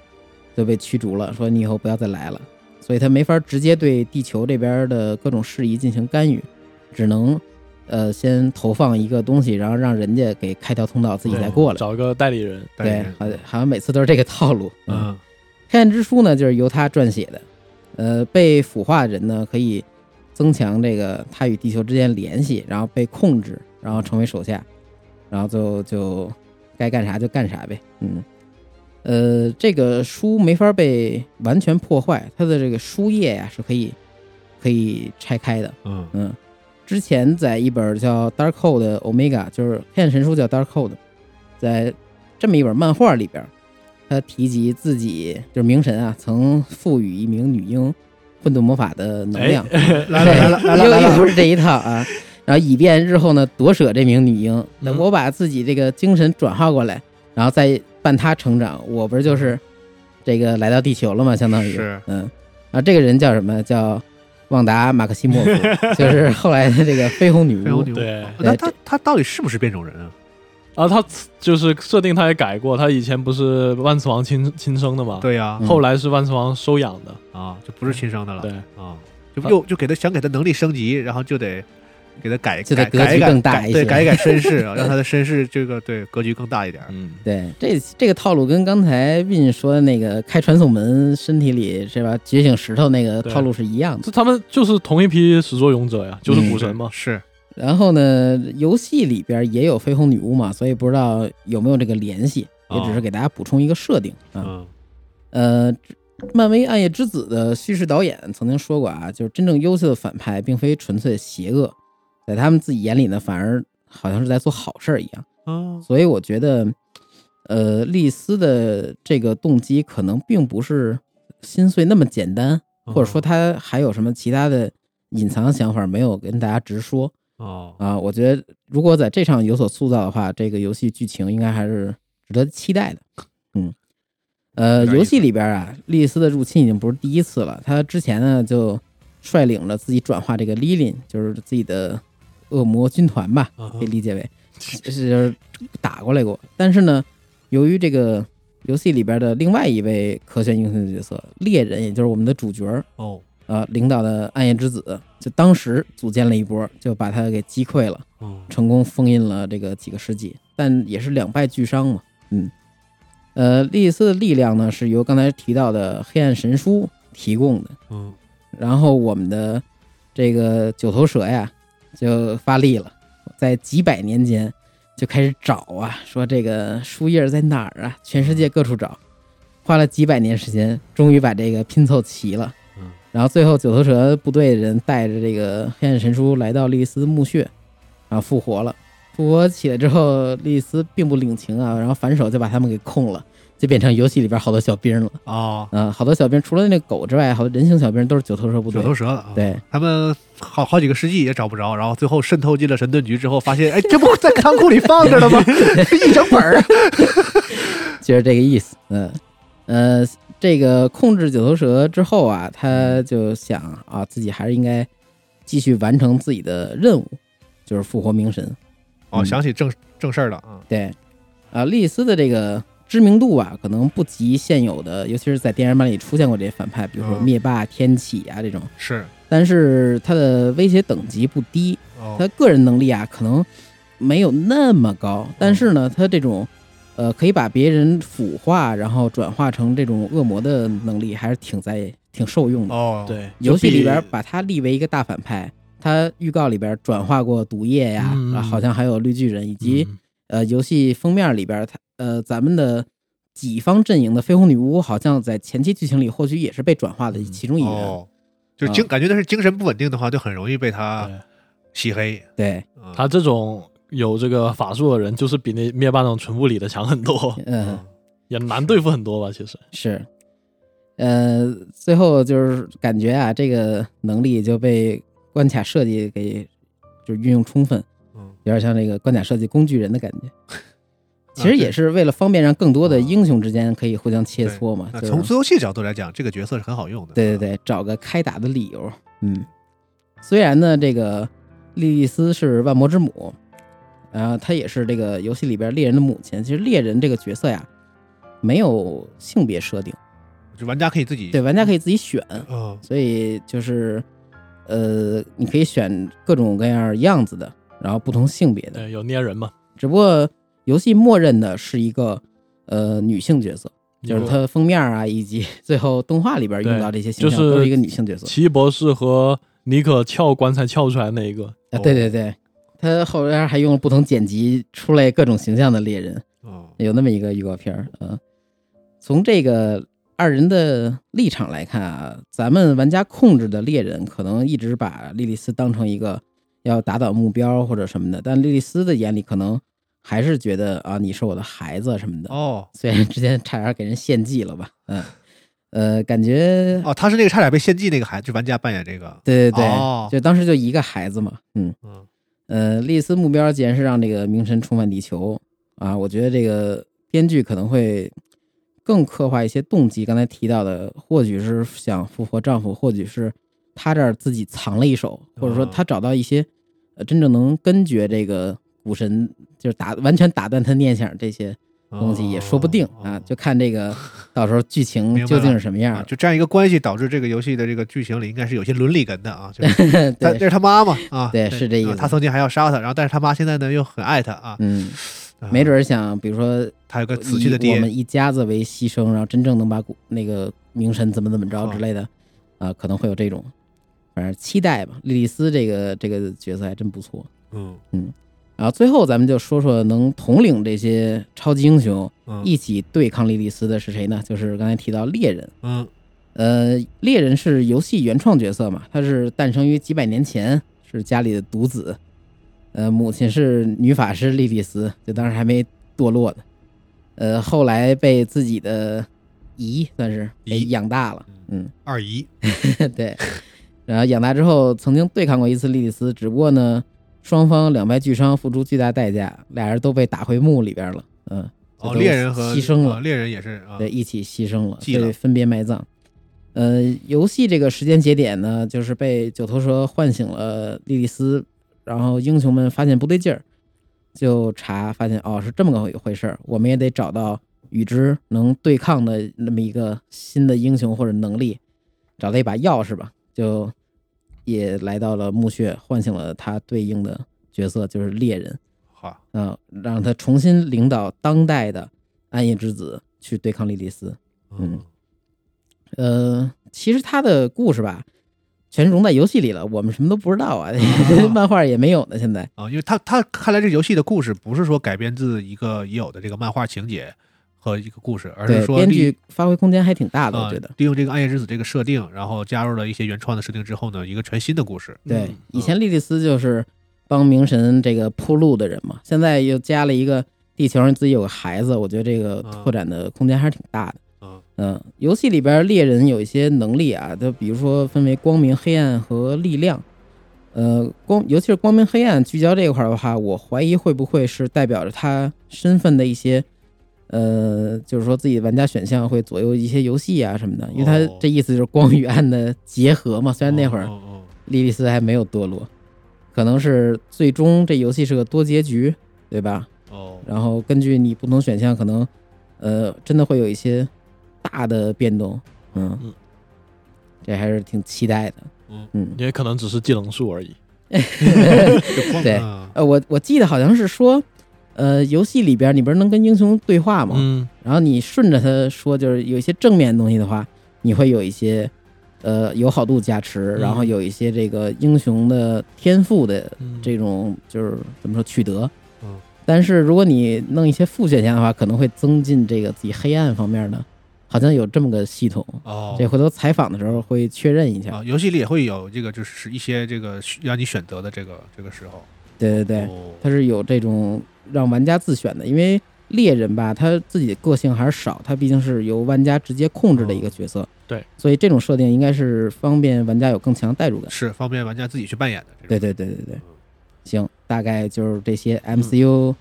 就被驱逐了，说你以后不要再来了。所以他没法直接对地球这边的各种事宜进行干预，只能呃先投放一个东西，然后让人家给开条通道，自己再过来。找一个代理人，代理对人，好像好像每次都是这个套路。，嗯黑暗之书呢，就是由他撰写的，呃，被腐化的人呢可以增强这个他与地球之间联系，然后被控制，然后成为手下，然后就就该干啥就干啥呗，嗯。呃，这个书没法被完全破坏，它的这个书页呀、是可以可以拆开的。嗯嗯，之前在一本叫《Dark Code》的 Omega，就是黑暗神书叫《Dark Code》，在这么一本漫画里边，他提及自己就是冥神啊，曾赋予一名女婴混沌魔法的能量，来了来了来了又来又了，不是这一套啊。然后以便日后呢夺舍这名女婴，那嗯我把自己这个精神转化过来，然后再伴她成长，我不是就是这个来到地球了吗？相当于是嗯，啊，这个人叫什么？叫旺达·马克 西莫夫，就是后来的这个绯红女非常巫。牛。对啊那他他到底是不是变种人啊？啊，他就是设定他也改过，他以前不是万磁王亲亲生的嘛，，对呀嗯，后来是万磁王收养的，啊，就不是亲生的了，对，啊，就又就给他想给他能力升级，然后就得给他改就得改格局改一改更大改一些对，改一改身 世啊，让他的身世这个对格局更大一点。嗯，对，这这个套路跟刚才 Win 说的那个开传送门，身体里是吧？觉醒石头那个对套路是一样的。这他们就是同一批始作俑者呀，就是嗯股神嘛，是然后呢，游戏里边也有绯红女巫嘛，所以不知道有没有这个联系，也只是给大家补充一个设定啊。嗯呃，漫威《暗夜之子》的叙事导演曾经说过啊，就是真正优秀的反派并非纯粹邪恶，在他们自己眼里呢，反而好像是在做好事儿一样。嗯所以我觉得，呃，丽丝的这个动机可能并不是心碎那么简单，或者说她还有什么其他的隐藏想法没有跟大家直说哦，啊。我觉得如果在这上有所塑造的话，这个游戏剧情应该还是值得期待的。嗯，呃，有点意思游戏里边啊，丽丝的入侵已经不是第一次了，她之前呢就率领着自己转化这个 Lilin，就是自己的恶魔军团吧，嗯可以理解为是打过来过。但是呢，由于这个游戏里边的另外一位科学英雄角色猎人，也就是我们的主角儿哦呃领导的暗夜之子，就当时组建了一波，就把他给击溃了，嗯成功封印了这个几个世纪，但也是两败俱伤嘛。嗯，呃，莉丝的力量呢是由刚才提到的黑暗神书提供的，嗯然后我们的这个九头蛇呀就发力了，在几百年间就开始找啊，说这个树叶在哪儿啊？全世界各处找，花了几百年时间，终于把这个拼凑齐了。嗯然后最后九头蛇部队的人带着这个黑暗神书来到莉丝墓穴，然后复活了。复活起来之后，莉丝并不领情啊，然后反手就把他们给控了，就变成游戏里边好多小兵了。哦，啊、好多小兵除了那个狗之外，好多人形小兵都是九头蛇部队。九头蛇了啊。对，他们好好几个世纪也找不着，然后最后渗透进了神盾局之后，发现哎，这不在仓库里放着了吗？ 嗯一整本儿。啊 就是这个意思。嗯，呃，这个控制九头蛇之后啊，他就想啊，自己还是应该继续完成自己的任务，就是复活冥神。哦，嗯想起正正事儿了啊。对，啊，莉丝的这个知名度啊，可能不及现有的，尤其是在电影版里出现过这些反派，比如说嗯灭霸、天启啊这种，是但是他的威胁等级不低，哦他个人能力啊，可能没有那么高，但嗯是呢，他这种呃，可以把别人腐化，然后转化成这种恶魔的能力，还是挺在挺受用的。哦，对，游戏就比嗯里边把他立为一个大反派，他预告里边转化过毒液呀，嗯然后好像还有绿巨人，以及、嗯呃，游戏封面里边，他呃，咱们的己方阵营的绯红女巫，好像在前期剧情里或许也是被转化的嗯其中一人。哦，就精感觉他是精神不稳定的话，就很容易被他啊对洗黑。对，嗯嗯他这种有这个法术的人，就是比那灭霸那种纯物理的强很 多，嗯、嗯也难对付很多吧？其实，是，呃，最后就是感觉啊，这个能力就被关卡设计给就是运用充分，嗯有点像那个关卡设计工具人的感觉。其实啊对也是为了方便让更多的啊英雄之间可以互相切磋嘛。那就是从自由系角度来讲，这个角色是很好用的。对对对，找个开打的理由。嗯，虽然呢，这个莉莉丝是万魔之母，然后她也是这个游戏里边猎人的母亲。其实猎人这个角色呀，没有性别设定，嗯就玩家可以自己对，玩家可以自己选，嗯所以就是呃，你可以选各种各样样子的，然后不同性别的。呃对，有捏人嘛，只不过游戏默认的是一个呃女性角色，就是它封面啊，以及 最后动画里边用到这些形象就是都是一个女性角色。奇异博士和尼可撬棺材撬出来那一个，啊，对对对，他后边还用了不同剪辑出来各种形象的猎人，哦，有那么一个预告片儿。嗯，从这个二人的立场来看啊，咱们玩家控制的猎人可能一直把莉莉丝当成一个要打倒目标或者什么的，但莉莉丝的眼里可能还是觉得啊，你是我的孩子什么的。哦虽然之前差点给人献祭了吧，嗯，呃，感觉哦，他是那个差点被献祭那个孩子，就玩家扮演这个。对对对，哦就当时就一个孩子嘛，嗯嗯呃，莉丝目标既然是让这个明神重返地球啊，我觉得这个编剧可能会更刻画一些动机。刚才提到的，或许是想复活丈夫，或许是她这儿自己藏了一手，或者说啊她找到一些呃真正能根绝这个股神，就是打完全打断他念想这些东西也说不定哦啊，就看这个到时候剧 情明白究了竟是什么样啊，。就这样一个关系，导致这个游戏的这个剧情里应该是有些伦理哏的啊，就是 他那对，是他妈妈啊，对是这意思啊他曾经还要杀他，然后但是他妈现在呢又很爱他啊， 嗯，啊没准儿想，比如说他有个死去以的我爹们一家子为牺牲，然后真正能把古那个名神怎么怎么着之类的，啊、可能会有这种，反正期待吧。莉莉丝这个这个角色还真不错。嗯然后最后咱们就说说能统领这些超级英雄嗯一起对抗莉莉丝的是谁呢？就是刚才提到猎人。嗯呃，猎人是游戏原创角色嘛，他是诞生于几百年前，是家里的独子，呃，母亲是女法师莉莉丝，就当时还没堕落呢，呃，后来被自己的姨算是被姨养大了，嗯， 二姨对，然后养大之后曾经对抗过一次莉莉丝，只不过呢，双方两败俱伤，付出巨大代价，俩人都被打回墓里边了，嗯、哦，这都猎人和牺牲了啊猎人也是啊，对，一起牺牲了，祭了对，分别埋葬。呃，游戏这个时间节点呢，就是被九头蛇唤醒了莉莉丝，然后英雄们发现不对劲儿，就查发现哦是这么个回事儿，我们也得找到与之能对抗的那么一个新的英雄或者能力，找到一把钥匙吧，就也来到了墓穴，唤醒了他对应的角色，就是猎人。好，嗯，让他重新领导当代的暗夜之子去对抗莉莉丝。嗯呃，其实他的故事吧，全融在游戏里了，我们什么都不知道啊， 漫画也没有呢。现在啊，因为他他看来这游戏的故事不是说改编自一个已有的这个漫画情节和一个故事，而是对说编利剧发挥空间还挺大的，啊我觉得。利用这个暗夜之子这个设定，然后加入了一些原创的设定之后呢，一个全新的故事。对嗯，以前莉莉丝就是帮明神这个铺路的人嘛，现在又加了一个地球上自己有个孩子，我觉得这个嗯拓展的空间还是挺大的。嗯嗯，游戏里边猎人有一些能力啊，就比如说分为光明、黑暗和力量。呃，光尤其是光明、黑暗聚焦这一块儿的话，我怀疑会不会是代表着他身份的一些，呃，就是说自己玩家选项会左右一些游戏啊什么的，因为他哦这意思就是光与暗的结合嘛。虽然那会儿哦哦莉莉丝还没有堕落，可能是最终这游戏是个多结局，对吧？哦哦然后根据你不同选项，可能呃真的会有一些大的变动，嗯，嗯这还是挺期待的，嗯嗯，也可能只是技能树而已。就光对嗯呃，我我记得好像是说，呃，游戏里边你不是能跟英雄对话吗？嗯，然后你顺着他说，就是有一些正面的东西的话，你会有一些呃友好度加持，嗯然后有一些这个英雄的天赋的嗯这种就是怎么说取得。嗯，但是如果你弄一些副选项的话，可能会增进这个自己黑暗方面的，好像有这么个系统。哦这回头采访的时候会确认一下。啊，游戏里也会有这个，就是一些这个需让你选择的这个这个时候。对对对，哦它是有这种让玩家自选的，因为猎人吧，他自己的个性还是少，他毕竟是由玩家直接控嗯制的一个角色。对，所以这种设定应该是方便玩家有更强代入感。是方便玩家自己去扮演的。这种嗯对对对对对，行，大概就是这些 MCU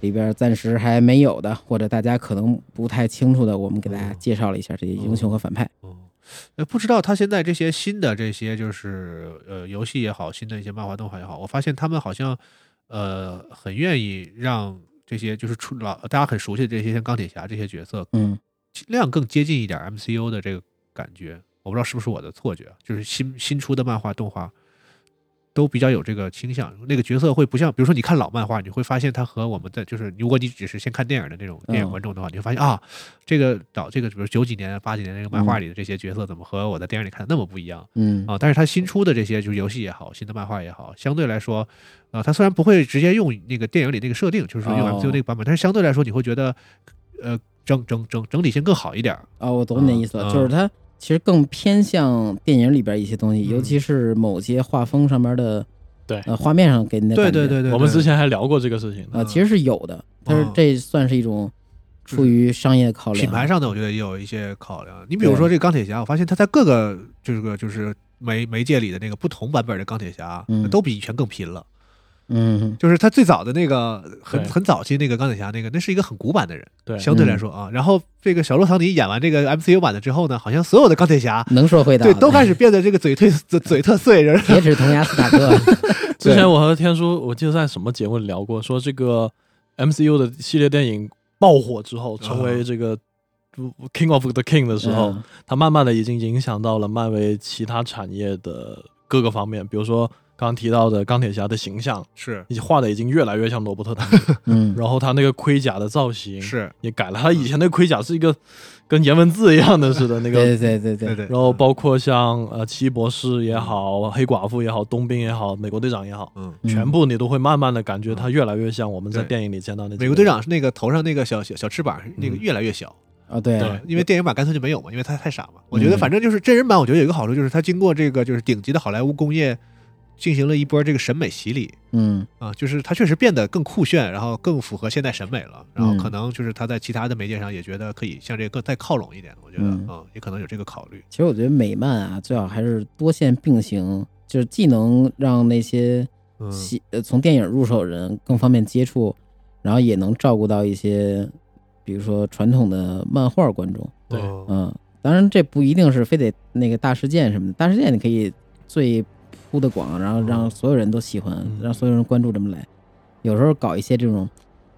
里边暂时还没有的，或者大家可能不太清楚的，我们给大家嗯介绍了一下这些英雄和反派。嗯，呃，不知道他现在这些新的这些就是呃游戏也好，新的一些漫画动画也好，我发现他们好像呃很愿意让这些就是出老大家很熟悉的这些像钢铁侠这些角色，嗯，尽量更接近一点 MCU 的这个感觉。我不知道是不是我的错觉，啊就是新新出的漫画动画都比较有这个倾向，那个角色会不像，比如说你看老漫画，你会发现他和我们的就是，如果你只是先看电影的那种嗯电影观众的话，你会发现啊，这个导这个比如九几年、八几年那个漫画里的这些角色，怎么和我在电影里看的那么不一样？嗯啊，但是它新出的这些就是游戏也好，新的漫画也好，相对来说，啊，它虽然不会直接用那个电影里那个设定，就是说用哦 MCU 那个版本，但是相对来说你会觉得，呃，整整整整体性更好一点儿。哦，我懂你的意思嗯了，就是它其实更偏向电影里边一些东西，嗯尤其是某些画风上面的，对呃，画面上给你的对感觉对对对，我们之前还聊过这个事情呢。啊、其实是有的，但是嗯这算是一种出于商业考量，品牌上的我觉得也有一些考量。你比如说这个钢铁侠，我发现它在各个这个就是媒媒介里的那个不同版本的钢铁侠，嗯都比以前更拼了。嗯，就是他最早的那个很对很早期那个钢铁侠那个，那是一个很古板的人，对嗯相对来说啊。然后这个小罗唐尼演完这个 MCU 版的之后呢，好像所有的钢铁侠能说会道对的，嗯都开始变得这个嘴特嘴嘴特碎，人铁齿铜牙斯塔克，之前我和天叔，我记得在什么节目里聊过，说这个 MCU 的系列电影爆火之后，成为这个 King of the King 的时 候，啊嗯它慢慢的已经影响到了漫威其他产业的各个方面，比如说刚刚提到的钢铁侠的形象，是已经画的已经越来越像罗伯特 唐尼，嗯，然后他那个盔甲的造型是，也改了，他以前那盔甲是一个跟颜文字一样的似的那个对对对对对，对。嗯然后包括像呃奇异博士也好，黑寡妇也好，冬兵也好，美国队长也好，嗯，嗯全部你都会慢慢的感觉它越来越像我们在对电影里见到那美几个国队长是那个头上那个小小小翅膀，那个嗯越来越小，啊对对因为电影版干脆就没有嘛，因为他太傻嘛。我觉得反正就是真人版，我觉得有一个好处就是它经过这个就是顶级的好莱坞工业进行了一波这个审美洗礼嗯啊，就是它确实变得更酷炫，然后更符合现代审美了，然后嗯可能就是它在其他的媒介上也觉得可以向这个更再靠拢一点，我觉得嗯啊也可能有这个考虑。其实我觉得美漫啊，最好还是多线并行，就是既能让那些嗯，喜呃从电影入手人更方便接触，然后也能照顾到一些，比如说传统的漫画观众，对嗯嗯，当然这不一定是非得那个大事件什么的，大事件你可以最铺的广，然后让嗯所有人都喜欢，嗯让所有人关注这么来。有时候搞一些这种，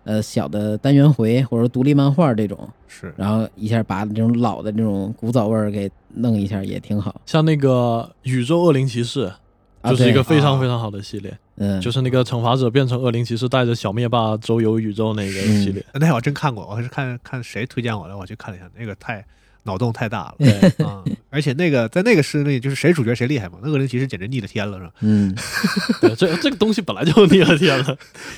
呃，小的单元回或者独立漫画这种，是然后一下把这种老的这种古早味儿给弄一下也挺好。像那个宇宙恶灵骑士，啊就是一个对非常啊非常好的系列，嗯，就是那个惩罚者变成恶灵骑士，带着小灭霸周游宇宙那个嗯系列。那我还真看过，我还是看看谁推荐我的，我去看了一下，那个太脑洞太大了。对，啊、而且那个在那个室内，就是谁主角谁厉害嘛。那恶灵骑士简直逆了天了，是吧？嗯，对，这这个东西本来就逆了天了。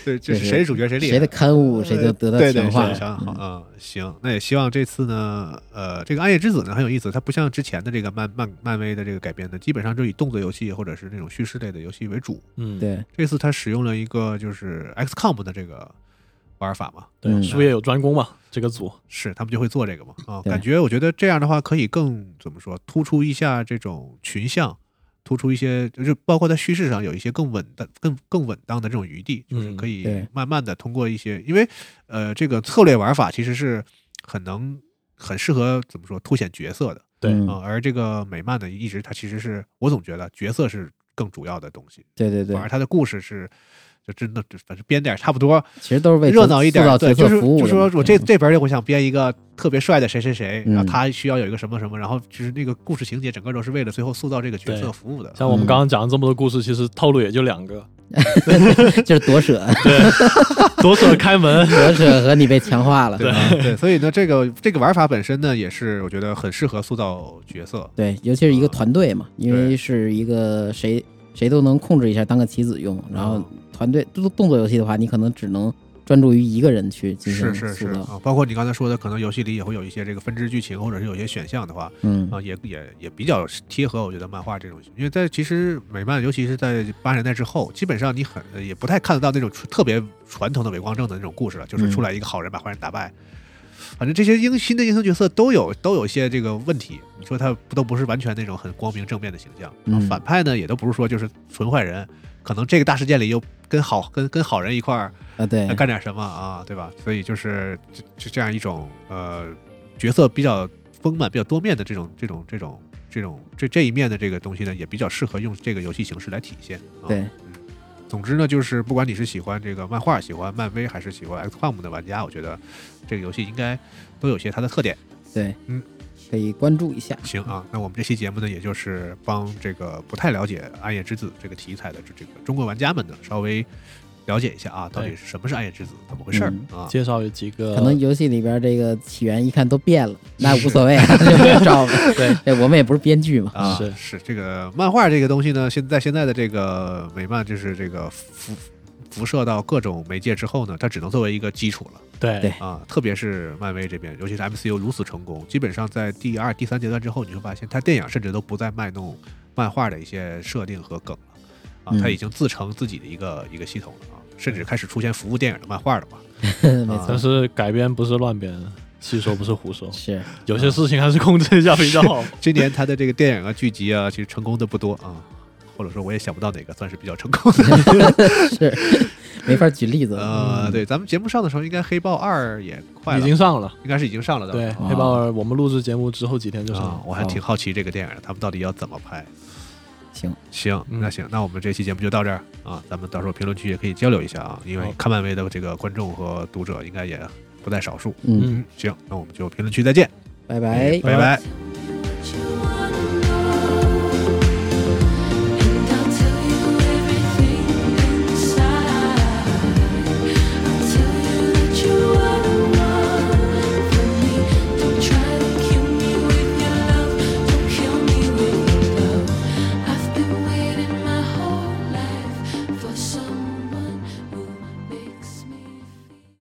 对，就是对谁主角谁厉害，谁的刊物谁就得到对对强化对了。想好嗯啊、嗯行，那也希望这次呢，呃，这个《暗夜之子》呢很有意思，它不像之前的这个漫漫漫威的这个改编的，基本上就以动作游戏或者是那种叙事类的游戏为主。嗯，对，这次它使用了一个就是 XCOM 的这个玩法嘛，对，嗯术业有专攻嘛，这个组。是他们就会做这个嘛啊、对感觉我觉得这样的话可以更怎么说，突出一下这种群像，突出一些就是包括在叙事上有一些更稳的、更更稳当的这种余地，就是嗯可以对慢慢的通过一些，因为呃这个策略玩法其实是很能很适合怎么说凸显角色的对啊、嗯而这个美漫呢一直它其实是我总觉得角色是更主要的东西，对对对反而，它的故事是。就真的，反正编点儿差不多，其实都是为热闹一点塑儿，造对，角就色是服务就的 嘛说我这这边儿我想编一个特别帅的谁谁谁，然后嗯他需要有一个什么什么，然后就是那个故事情节整个都是为了最后塑造这个角色服务的。像我嗯们刚刚讲了这么多故事，其实套路也就两个：就是夺舍，，夺舍开门夺舍和你被强化了。对吧对，所以呢，这个这个玩法本身呢，也是我觉得很适合塑造角色。对，尤其是一个嗯团队嘛，因为是一个谁谁都能控制一下，当个棋子用。嗯然后团队动动作游戏的话，你可能只能专注于一个人去进行是是是塑造。啊，包括你刚才说的，可能游戏里也会有一些这个分支剧情，或者是有些选项的话，嗯啊，也也也比较贴合我觉得漫画这种，因为在其实美漫，尤其是在八十年代之后，基本上你很呃也不太看得到那种出特别传统的伪光正的那种故事了，就是嗯出来一个好人把坏人打败。反正这些英新的英雄角色都有都有一些这个问题，你说他不都不是完全那种很光明正面的形象，然后嗯反派呢也都不是说就是纯坏人，可能这个大事件里又跟好跟跟好人一块儿啊，对，干点什么啊，对吧？所以就是就就这样一种呃角色比较丰满、比较多面的这种这种这种这种这这一面的这个东西呢，也比较适合用这个游戏形式来体现。啊、对嗯，总之呢，就是不管你是喜欢这个漫画、喜欢漫威，还是喜欢 XCOM 的玩家，我觉得这个游戏应该都有些它的特点。对，嗯，可以关注一下。行啊，那我们这期节目呢，也就是帮这个不太了解《暗夜之子》这个题材的这这个中国玩家们呢，稍微了解一下啊，到底对是什么是《暗夜之子》，怎么回事儿啊？介绍有几个可能游戏里边这个起源一看都变了，那无所谓啊， 就照吧。对，对，我们也不是编剧嘛。啊，是是这个漫画这个东西呢，现在现在的这个美漫就是这个辐辐射到各种媒介之后呢，它只能作为一个基础了对对啊。特别是漫威这边，尤其是 MCU 如此成功，基本上在第二、第三阶段之后，你会发现它电影甚至都不再卖弄漫画的一些设定和梗了啊嗯，它已经自成自己的一个一个系统了啊，甚至开始出现服务电影的漫画了嘛。 没啊错，但是改编不是乱编，细说不是胡说，是有些事情还是控制一下比较好。 今年它的这个电影啊、剧集啊，其实成功的不多啊。或者说，我也想不到哪个算是比较成功的。是，没法举例子了。呃，对，咱们节目上的时候，应该《黑豹二》也快 嗯已了，经上了，应该是已经上了的。对，啊黑豹二我们录制节目之后几天就上啊了，，嗯我还挺好奇这个电影，他们到底要怎么拍。行，行，嗯那行，那我们这期节目就到这儿啊，咱们到时候评论区也可以交流一下啊，因为好看漫威的这个观众和读者应该也不在少数。嗯，嗯行，那我们就评论区再见，拜拜。拜拜。就